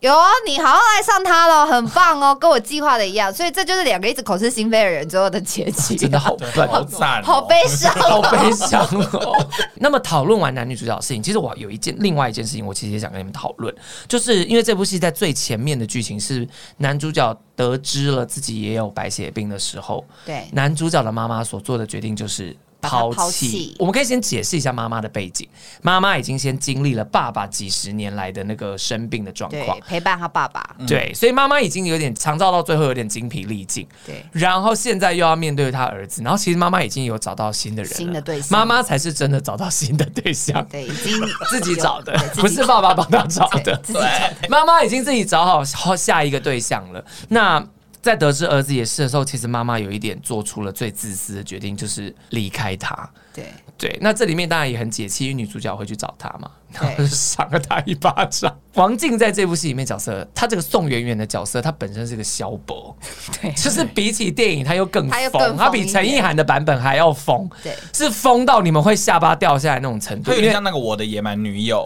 Speaker 2: 有啊，你好像爱上他了，很棒哦，跟我计划的一样，所以这就是两个一直口是心非的人最后的结 局，
Speaker 1: 真的好
Speaker 2: 啊
Speaker 3: 对
Speaker 1: 笨，
Speaker 3: 好赞哦，
Speaker 2: 好悲伤
Speaker 1: 好
Speaker 2: 哦、
Speaker 1: 悲伤哦。 那么讨论完男女主角的事情，其实我有一件另外一件事情，我其实也想跟你们讨论，就是因为这部戏在最前面的剧情是男主角得知了自己也有白血病的时候，
Speaker 2: 对，
Speaker 1: 男主角的妈妈所做的决定就是。
Speaker 2: 把他
Speaker 1: 抛
Speaker 2: 抛
Speaker 1: 弃
Speaker 2: 弃，
Speaker 1: 我们可以先解释一下妈妈的背景。妈妈已经先经历了爸爸几十年来的那个生病的状况
Speaker 2: 对，，陪伴他爸爸，
Speaker 1: 对，所以妈妈已经有点长照到最后有点精疲力尽，
Speaker 2: 对，
Speaker 1: 然后现在又要面对他儿子，然后其实妈妈已经有找到新的人了，
Speaker 2: 新的对象
Speaker 1: 妈妈才是真的找到新的对象，
Speaker 2: 对，已经
Speaker 1: 自己找的
Speaker 2: 有 对，自己
Speaker 1: 不是爸爸帮他找
Speaker 2: 对
Speaker 1: 的，
Speaker 2: 自己找
Speaker 1: 妈妈已经自己找好好下一个对象了。那在得知儿子也是的时候，其实妈妈有一点做出了最自私的决定，就是离开他。
Speaker 2: 对，
Speaker 1: 对，那这里面当然也很解气，因为女主角会去找他嘛，然
Speaker 2: 对
Speaker 1: 后就赏了他一巴掌。王静在这部戏里面角色，她这个宋媛媛的角色，她本身是个萧伯，
Speaker 2: 对
Speaker 1: 就是比起电影，她又更
Speaker 2: 她又更
Speaker 1: 疯，她比
Speaker 2: 疯一
Speaker 1: 陈意
Speaker 2: 点
Speaker 1: 涵的版本还要疯，
Speaker 2: 对
Speaker 1: 是疯到你们会下巴掉下来那种程度，
Speaker 3: 他有
Speaker 1: 因
Speaker 3: 点
Speaker 1: 为
Speaker 3: 像那个我的野蛮女友，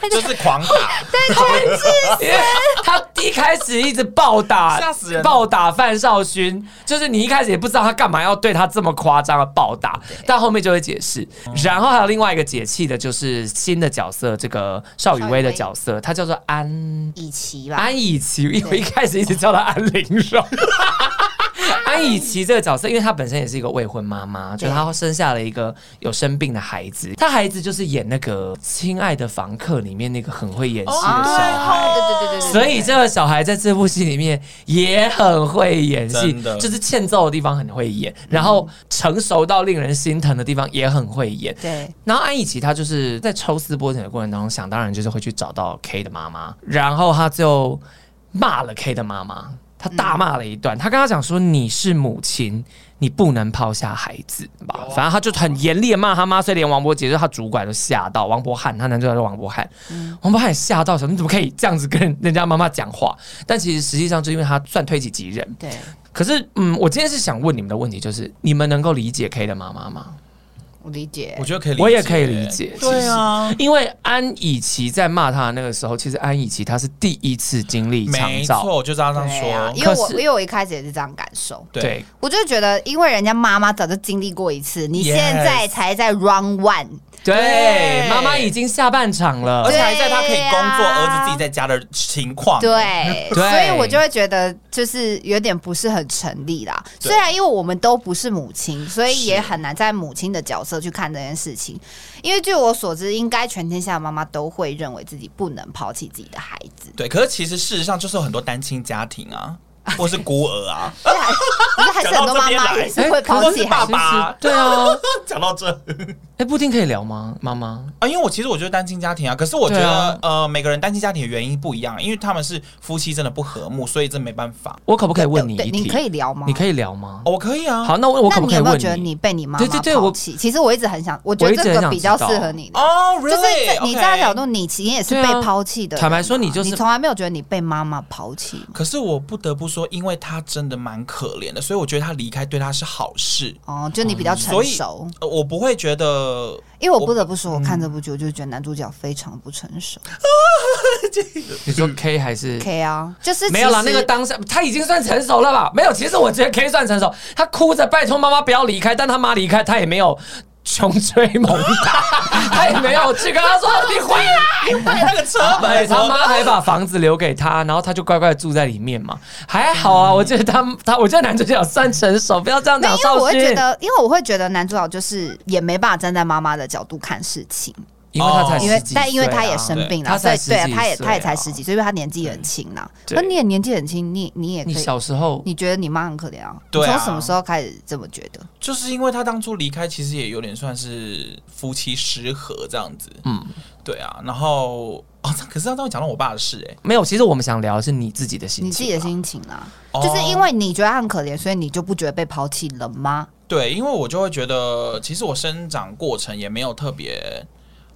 Speaker 3: 对，就是狂打，
Speaker 1: 因为 他一开始一直暴打，
Speaker 3: 吓死人了
Speaker 1: 暴打范少勋，就是你一开始也不知道他干嘛要对他这么夸张的暴打，但后面就会解释。然后还有另外一个解气的，就是新的角色，这个邵雨薇的角色，她叫做安
Speaker 2: 以奇吧，
Speaker 1: 安以琪，因为我一开始一直叫她安陵容。安以琪这个角色，因为她本身也是一个未婚妈妈，就
Speaker 2: 对
Speaker 1: 是她生下了一个有生病的孩子，她孩子就是演那个《亲爱的房客》里面那个很会演戏的小
Speaker 2: 啊
Speaker 1: 孩。
Speaker 2: 对对对对对对，
Speaker 1: 所以这个小孩在这部戏里面也很会演戏
Speaker 3: 真的，
Speaker 1: 就是欠揍的地方很会演，然后成熟到令人心疼的地方也很会演。
Speaker 2: 对
Speaker 1: 然后安以琪她就是在抽丝剥茧的过程当中，想当然就是会去找到 K 的妈妈，然后她就骂了 K 的妈妈，她大骂了一段，她跟她讲说你是母亲。你不能抛下孩子吧？反正她就很严厉的骂她妈，所以连王伯杰就是她主管都吓到，王伯汉，她男主角叫王伯汉，王伯汉也吓到，想你怎么可以这样子跟人家妈妈讲话？但其实实际上，就因为她算推己及人。
Speaker 2: 对，
Speaker 1: 可是，嗯，我今天是想问你们的问题，就是你们能够理解 K 的妈妈吗？
Speaker 2: 我理解
Speaker 3: 我，觉得可以理解，
Speaker 1: 我也可以理解
Speaker 3: 对 啊，
Speaker 1: 因为安以琪在骂他的那个时候，其实安以琪她是第一次经历长
Speaker 3: 没
Speaker 1: 照，
Speaker 3: 错，我就照这样
Speaker 2: 对啊，因为
Speaker 3: 说，
Speaker 2: 我
Speaker 1: 可是
Speaker 2: 因为我一开始也是这样感受，
Speaker 3: 对，
Speaker 1: 对，
Speaker 2: 我就觉得因为人家妈妈早就经历过一次，你
Speaker 3: Yes
Speaker 2: 现在才在 round one。
Speaker 1: 对，
Speaker 3: 对
Speaker 1: 妈妈已经下半场
Speaker 3: 而
Speaker 1: 了哎
Speaker 2: 对。
Speaker 3: 且还在他可以工作，
Speaker 2: 对啊
Speaker 3: 儿子自己在家的情况，
Speaker 2: 对，
Speaker 1: 哦
Speaker 2: 啊
Speaker 1: 对
Speaker 2: 所以我就会觉得就是有点不是很成立啦。
Speaker 3: 对。
Speaker 2: 虽然因为我们都不是母亲，所以也很难在母亲的角色去看这件事情。因为据我所知，应该全天下的妈妈都会认为自己不能抛弃自己的孩子
Speaker 3: 对，可是其实事实上就是有很多单亲家庭啊，或是孤儿啊，
Speaker 2: 可是还是很多妈妈也是会
Speaker 1: 哎
Speaker 2: 抛
Speaker 3: 或
Speaker 2: 弃
Speaker 3: 是
Speaker 2: 孩
Speaker 3: 爸
Speaker 2: 子。
Speaker 3: 爸，
Speaker 1: 对啊，
Speaker 3: 讲到这
Speaker 1: 哎，布丁可以聊吗？妈妈，
Speaker 3: 啊，因为我其实我觉得单亲家庭啊，可是我觉
Speaker 1: 对
Speaker 3: 得
Speaker 1: 啊
Speaker 3: 呃，每个人单亲家庭的原因不一样，因为他们是夫妻真的不和睦，所以这没办法。
Speaker 1: 我可不可以问你
Speaker 2: 对，
Speaker 1: 一
Speaker 2: 你
Speaker 1: 题？
Speaker 2: 可以聊吗？
Speaker 1: 你可以聊吗？
Speaker 3: 哦，我可以啊，
Speaker 1: 好，那我我可
Speaker 2: 那
Speaker 1: 不
Speaker 2: 你
Speaker 1: 可以
Speaker 2: 有没有
Speaker 1: 问
Speaker 2: 觉得你被你妈妈
Speaker 1: 对对对我
Speaker 2: 抛弃？其实我一直很想，我觉
Speaker 1: 我
Speaker 2: 得
Speaker 1: 一直
Speaker 2: 这
Speaker 1: 很
Speaker 2: 个
Speaker 1: 想
Speaker 2: 比较
Speaker 1: 知
Speaker 2: 适
Speaker 1: 道
Speaker 2: 合你的。
Speaker 3: 哦
Speaker 2: 就是
Speaker 3: ，really，
Speaker 2: 在你
Speaker 3: OK
Speaker 2: 这样角度，你其实也是
Speaker 1: 对啊
Speaker 2: 被抛弃的人嘛、
Speaker 1: 坦白说你就是
Speaker 2: 你从来没有觉得你被妈妈抛弃
Speaker 3: 可是我不得不说，因为他真的蛮可怜的，所以我觉得他离开对他是好事。
Speaker 2: 哦，就你比较成
Speaker 3: 所以
Speaker 1: 哦
Speaker 2: 熟。
Speaker 3: 呃我不会 觉得
Speaker 2: 因为我不得不说，我看这部剧，我就觉得男主角非常不成熟。
Speaker 1: 你
Speaker 3: 嗯
Speaker 1: 说 K 还是
Speaker 2: K 啊，就是
Speaker 1: 没有啦，
Speaker 2: 其
Speaker 1: 那
Speaker 2: 实
Speaker 1: 个当下他已经算成熟了吧？没有，其实我觉得 K 算成熟，他哭着拜托妈妈不要离开，但他妈离开他也没有穷追猛打， 他也没有去跟他说你回来，
Speaker 3: 哎那个车
Speaker 1: 哎，
Speaker 3: 门，
Speaker 1: 他妈还把房子留给他，然后他就乖乖住在里面嘛，还好啊，我觉得他他，我觉得男主角算成熟，不要这样
Speaker 2: 没有
Speaker 1: 讲
Speaker 2: 因为我
Speaker 1: 少
Speaker 2: 会觉
Speaker 1: 勋，
Speaker 2: 得，因为我会觉得男主角就是也没办法站在妈妈的角度看事情，
Speaker 1: 因为他才
Speaker 3: 哦
Speaker 1: 十
Speaker 2: 因
Speaker 1: 几岁啊、
Speaker 2: 为但因为他也生病
Speaker 1: 他
Speaker 2: 了，所
Speaker 1: 才
Speaker 2: 以对啊
Speaker 1: 十，几
Speaker 2: 他也
Speaker 1: 岁
Speaker 2: 他也
Speaker 1: 啊
Speaker 2: 才十几岁，因为他年纪很轻啦。
Speaker 1: 对
Speaker 2: 那你也年纪很轻，你你也可
Speaker 1: 你
Speaker 2: 以，
Speaker 1: 小时候
Speaker 2: 你觉得你妈很可怜啊？你
Speaker 3: 对啊
Speaker 2: 从什么时候开始这么觉得？
Speaker 3: 就是因为他当初离开，其实也有点算是夫妻失和这样子。
Speaker 1: 嗯
Speaker 3: 嗯，对啊。然后哦，可是他刚刚讲到我爸的事、哎，
Speaker 1: 没有，其实我们想聊的是你自己的心情啊，
Speaker 2: 你自己的心情啦，
Speaker 3: 哦
Speaker 2: 就是因为你觉得他很可怜，所以你就不觉得被抛弃了吗？
Speaker 3: 对，因为我就会觉得，其实我生长过程也没有特别，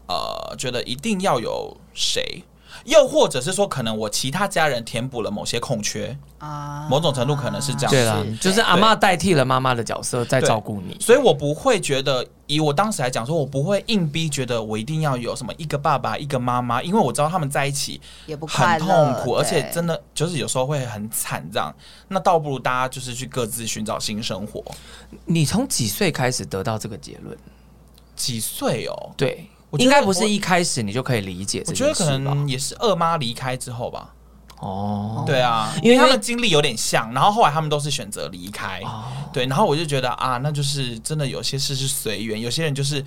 Speaker 3: 呃，觉得一定要有谁，又或者是说，可能我其他家人填补了某些空缺，
Speaker 2: 啊，
Speaker 3: 某种程度可能是这样
Speaker 1: 对啦，就是阿
Speaker 3: 对
Speaker 1: 妈代替了妈妈的角色在
Speaker 3: 对
Speaker 1: 照顾你，
Speaker 3: 所以我不会觉得，以我当时来讲说，我不会硬逼觉得我一定要有什么一个爸爸一个妈妈，因为我知道他们在一起
Speaker 2: 也不快
Speaker 3: 很
Speaker 2: 乐，
Speaker 3: 痛苦，而且
Speaker 2: 对
Speaker 3: 真的就是有时候会很惨这样。那倒不如大家就是去各自寻找新生活。
Speaker 1: 你从几岁开始得到这个结论？
Speaker 3: 几岁哦？
Speaker 1: 对，
Speaker 3: 我觉得
Speaker 1: 应该不是
Speaker 3: 我
Speaker 1: 一开始你就可以理解
Speaker 3: 我
Speaker 1: 这件
Speaker 3: 觉得
Speaker 1: 事
Speaker 3: 可
Speaker 1: 吧？
Speaker 3: 能也是二妈离开之后吧。
Speaker 1: 哦，
Speaker 3: 对啊，
Speaker 1: 因为
Speaker 3: 因为他们经历有点像，然后后来他们都是选择离开。
Speaker 1: 哦
Speaker 3: 对，然后我就觉得啊，那就是真的有些事是随缘，有些人就是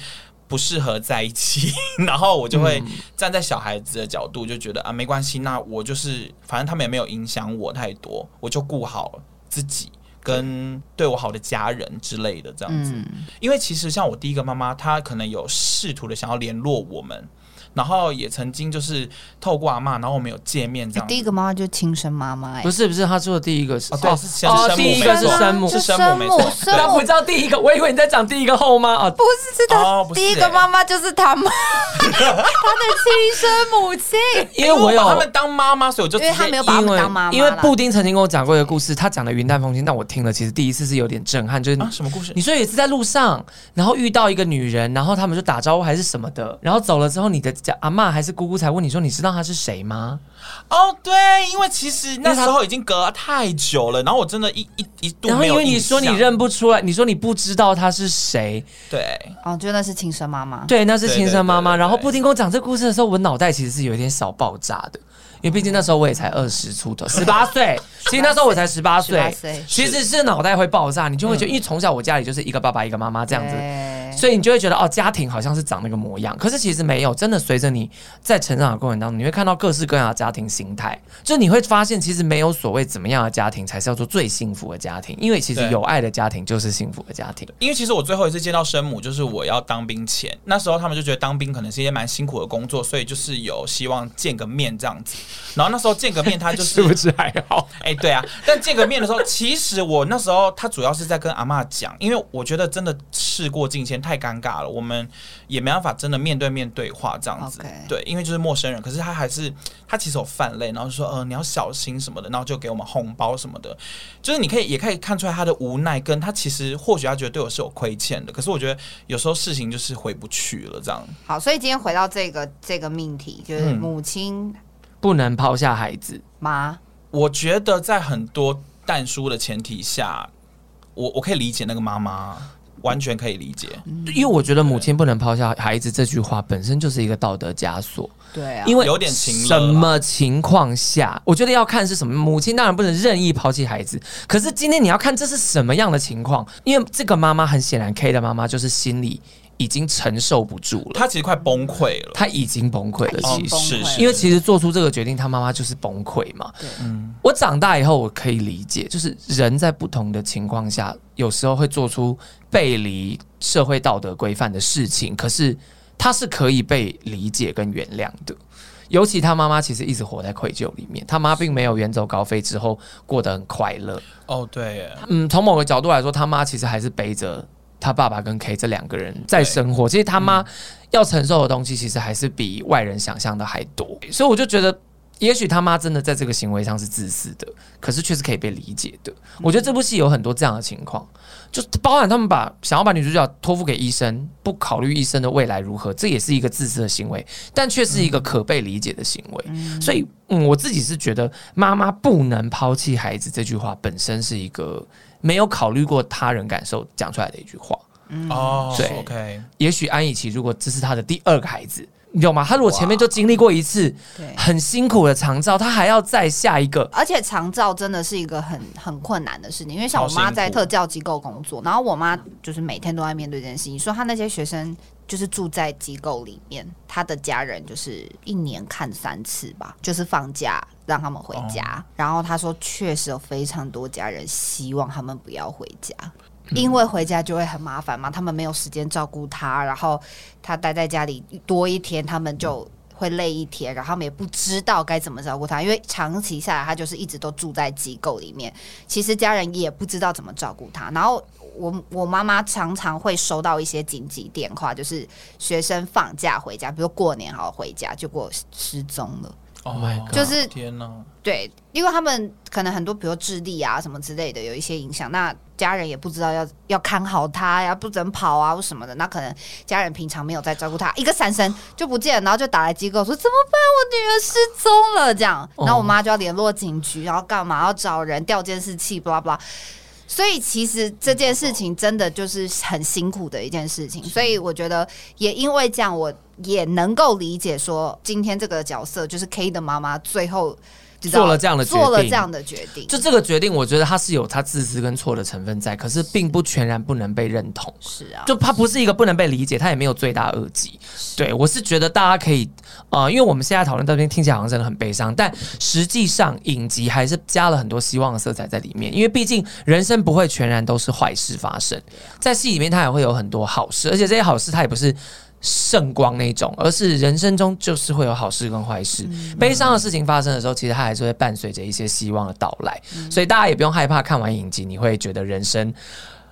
Speaker 3: 不适合在一起， 然后我就会站在小孩子的角度，就觉得啊，没关系，那我就是反正他们也没有影响我太多，我就顾好自己。跟对我好的家人之类的这样子，
Speaker 2: 嗯
Speaker 3: 因为其实像我第一个妈妈，她可能有试图的想要联络我们，然后也曾经就是透过阿妈，然后我们有见面
Speaker 2: 哎
Speaker 3: 这样子。
Speaker 2: 第一个妈妈就是亲生妈妈，哎
Speaker 1: 不，是不是，他说的第一个是
Speaker 3: 哦对是先生母
Speaker 1: 第一
Speaker 3: 没
Speaker 1: 个是
Speaker 3: 错
Speaker 1: 生母
Speaker 3: 是，
Speaker 2: 生
Speaker 3: 生母没错
Speaker 2: 生
Speaker 1: 他不
Speaker 2: 母
Speaker 1: 知道第一个，我以为你在讲第一个后妈哦。
Speaker 2: 不是是
Speaker 3: 哦
Speaker 2: 他
Speaker 3: 不是
Speaker 2: 第一个
Speaker 3: 欸
Speaker 2: 妈妈就是他妈， 他的亲生母亲，
Speaker 1: 因为我
Speaker 3: 把
Speaker 1: 有
Speaker 3: 他们当妈妈，所以我就
Speaker 2: 因为
Speaker 3: 直接
Speaker 2: 他没有把他
Speaker 1: 因
Speaker 2: 们
Speaker 1: 为
Speaker 2: 当妈妈啦，
Speaker 1: 因为布丁曾经跟我讲过一个故事，他讲的云淡风轻，但我听了其实第一次是有点震撼，就是
Speaker 3: 啊什么故事
Speaker 1: 你？说有一次在路上，然后遇到一个女人，然后他们就打招呼还是什么的，然后走了之后，你的家阿嬷还是姑姑才问你说你知道她是谁吗？
Speaker 3: 哦，对，因为其实
Speaker 1: 因
Speaker 3: 那
Speaker 1: 为他
Speaker 3: 时候已经隔太久了，然后我真的一一一度
Speaker 1: 然后
Speaker 3: 没
Speaker 1: 因
Speaker 3: 有
Speaker 1: 为你
Speaker 3: 印
Speaker 1: 说
Speaker 3: 象。
Speaker 1: 你认不出来，你说你不知道她是谁，
Speaker 3: 对，
Speaker 2: 哦，就那是亲生妈妈，
Speaker 1: 对，那是亲生妈妈。
Speaker 3: 对对对对对
Speaker 1: 然后布丁跟我讲这故事的时候，我脑袋其实是有一点小爆炸的，因为毕竟那时候我也才二十出头，十八 岁。其实那时候我才十八岁
Speaker 2: 18岁，
Speaker 1: 其实是脑袋会爆炸，你就会觉得，因为从小我家里就是一个爸爸一个妈妈这样子。
Speaker 2: 对
Speaker 1: 所以你就会觉得哦，家庭好像是长那个模样，可是其实没有。真的随着你在成长的过程当中，你会看到各式各样的家庭形态，就你会发现其实没有所谓怎么样的家庭才是叫做最幸福的家庭，因为其实
Speaker 3: 对
Speaker 1: 有爱的家庭就是幸福的家庭。
Speaker 3: 因为其实我最后一次见到生母，就是我要当兵前，那时候他们就觉得当兵可能是一件蛮辛苦的工作，所以就是有希望见个面这样子。然后那时候见个面，他就 是是
Speaker 1: 不是还好？
Speaker 3: 哎、对啊，但见个面的时候，其实我那时候他主要是在跟阿嬷讲，因为我觉得真的事过境迁太尴尬了，我们也没办法真的面对面对话这样子。
Speaker 2: OK
Speaker 3: 对，因为就是陌生人，可是他还是他其实有犯累，然后就说呃你要小心什么的，然后就给我们红包什么的，就是你可以也可以看出来他的无奈，跟他其实或许他觉得对我是有亏欠的，可是我觉得有时候事情就是回不去了这样。
Speaker 2: 好，所以今天回到这个这个命题，
Speaker 3: 嗯
Speaker 2: 就是母亲
Speaker 1: 不能抛下孩子。
Speaker 2: 妈，
Speaker 3: 我觉得在很多淡书的前提下，我我可以理解那个妈妈，完全可以理解。
Speaker 1: 因为我觉得“母亲不能抛下孩子”这句话本身就是一个道德枷锁，
Speaker 2: 对啊，
Speaker 1: 因为
Speaker 3: 有点情
Speaker 1: 什
Speaker 3: 勒啦
Speaker 1: 么情况下，我觉得要看是什么。母亲当然不能任意抛弃孩子，可是今天你要看这是什么样的情况，因为这个妈妈很显然 K 的妈妈就是心里已经承受不住了，
Speaker 3: 他其实快崩溃了。
Speaker 1: 她已经崩溃了，
Speaker 2: 她已
Speaker 1: 其
Speaker 2: 经
Speaker 1: 实。
Speaker 2: 崩
Speaker 3: 哦是
Speaker 2: 溃
Speaker 3: 是，
Speaker 1: 因为其实做出这个决定，她妈妈就是崩溃嘛。
Speaker 2: 对，
Speaker 1: 我长大以后，我可以理解，就是人在不同的情况下，有时候会做出背离社会道德规范的事情，可是他是可以被理解跟原谅的。尤其他妈妈其实一直活在愧疚里面，他妈并没有远走高飞之后过得很快乐。
Speaker 3: 哦对耶，
Speaker 1: 嗯，从某个角度来说，他妈其实还是背着他爸爸跟 K 这两个人在生活。其实他妈要承受的东西，其实还是比外人想象的还多。所以我就觉得，也许他妈真的在这个行为上是自私的，可是却是可以被理解的。我觉得这部戏有很多这样的情况，就包含他们把想要把女主角托付给医生，不考虑医生的未来如何，这也是一个自私的行为，但却是一个可被理解的行为。所以，嗯，我自己是觉得“妈妈不能抛弃孩子”这句话本身是一个没有考虑过他人感受讲出来的一句话。
Speaker 3: 哦，
Speaker 1: 嗯对
Speaker 3: OK，
Speaker 1: 也许安以琪如果这是她的第二个孩子，你懂吗？她如果前面就经历过一次
Speaker 2: 对。
Speaker 1: 很辛苦的长照，她还要再下一个，
Speaker 2: 而且长照真的是一个很很困难的事情，因为像我
Speaker 3: 好
Speaker 2: 妈
Speaker 3: 辛苦
Speaker 2: 在特教机构工作，然后我妈就是每天都在面对这件事情。你说她那些学生就是住在机构里面，她的家人就是一年看三次吧，就是放假让他们回
Speaker 3: 哦
Speaker 2: 家。然后她说，确实有非常多家人希望他们不要回家。
Speaker 3: 嗯
Speaker 2: 因为回家就会很麻烦嘛，他们没有时间照顾他，然后他待在家里多一天，他们就会累一天，然后他们也不知道该怎么照顾他，因为长期下来他就是一直都住在机构里面，其实家人也不知道怎么照顾他。然后我我妈妈常常会收到一些紧急电话，就是学生放假回家，比如过年好回家，结果失踪了。
Speaker 3: 哦
Speaker 1: Oh my god
Speaker 2: 就是
Speaker 3: 天哪，
Speaker 2: 对，因为他们可能很多，比如智力啊什么之类的，有一些影响。那家人也不知道要要看好他呀，不准跑啊或什么的。那可能家人平常没有在照顾他，一个闪身就不见了，然后就打来机构说怎么办，我女儿失踪了这样。
Speaker 1: 哦
Speaker 2: 然后我妈就要联络警局，然后干嘛要找人调监视器，blah blah。所以其实这件事情真的就是很辛苦的一件事情，所以我觉得也因为这样，我也能够理解说今天这个角色就是 K 的妈妈最后知道
Speaker 1: 做了这样的决定
Speaker 2: 做了这样的决定，
Speaker 1: 就这个决定，我觉得她是有她自私跟错的成分在，可是并不全然不能被认同。
Speaker 2: 是啊，
Speaker 1: 就他不是一个不能被理解，他也没有罪大恶极。对我是觉得大家可以，呃，因为我们现在讨论这边听起来好像真的很悲伤，但实际上影集还是加了很多希望的色彩在里面，因为毕竟人生不会全然都是坏事发生，在戏里面它也会有很多好事，而且这些好事它也不是。圣光那种，而是人生中就是会有好事跟坏事，
Speaker 2: 嗯
Speaker 1: 悲伤的事情发生的时候，其实它还是会伴随着一些希望的到来，
Speaker 2: 嗯
Speaker 1: 所以大家也不用害怕看完影集你会觉得人生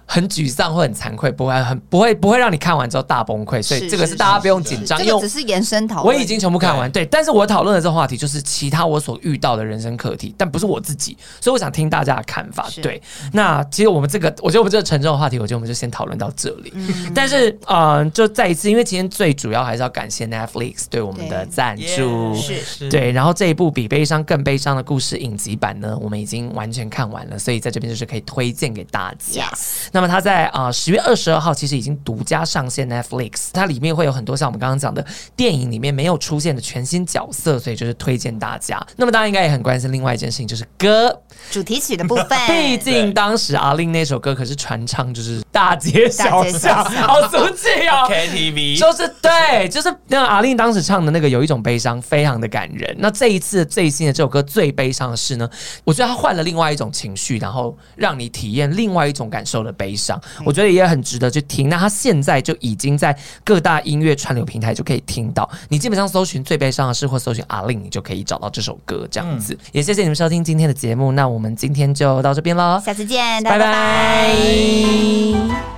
Speaker 1: 很沮丧或很惭愧，不会很不会不会让你看完之后大崩溃，所以
Speaker 2: 是
Speaker 1: 这个
Speaker 2: 是
Speaker 1: 是大家
Speaker 2: 是
Speaker 1: 不用
Speaker 3: 是
Speaker 1: 紧张，
Speaker 2: 这
Speaker 1: 因
Speaker 2: 个
Speaker 1: 为
Speaker 2: 只是延伸讨
Speaker 1: 我
Speaker 2: 论，
Speaker 1: 已经全部看完，对，但是我讨论的这个话题就是其他我所遇到的人生课题，但不是我自己，所以我想听大家的看法。
Speaker 2: 是
Speaker 1: 对，那其实我们这个，我觉得我们这个沉重的话题，我觉得我们就先讨论到这里。但是，嗯、就再一次，因为今天最主要还是要感谢 Netflix 对我们的
Speaker 2: 对
Speaker 1: 赞助。
Speaker 2: 是
Speaker 3: 是，
Speaker 1: 对，然后这一部比悲伤更悲伤的故事影集版呢，我们已经完全看完了，所以在这边就是可以推荐给大家。
Speaker 2: Yes
Speaker 1: 那么它在啊十、0月二十二号其实已经独家上线 Netflix，它里面会有很多像我们刚刚讲的电影里面没有出现的全新角色，所以就是推荐大家。那么大家应该也很关心另外一件事情，就是歌，
Speaker 2: 主题曲的部 分，
Speaker 1: 毕竟当时阿令那首歌可是传唱就是大街小
Speaker 2: 大街
Speaker 1: 巷，
Speaker 2: 小
Speaker 1: 好俗气哦。
Speaker 3: KTV
Speaker 1: 就是对，就是那个阿令当时唱的那个有一种悲伤，非常的感人。那这一次最新的这首歌最悲伤的是呢，我觉得他换了另外一种情绪，然后让你体验另外一种感受的悲伤，我觉得也很值得去听。那他现在就已经在各大音乐串流平台就可以听到，你基本上搜寻最悲伤的事或搜寻阿令，你就可以找到这首歌这样子。也谢谢你们收听今天的节目，那我们今天就到这边喽，
Speaker 2: 下次见，
Speaker 1: 拜拜
Speaker 2: 拜拜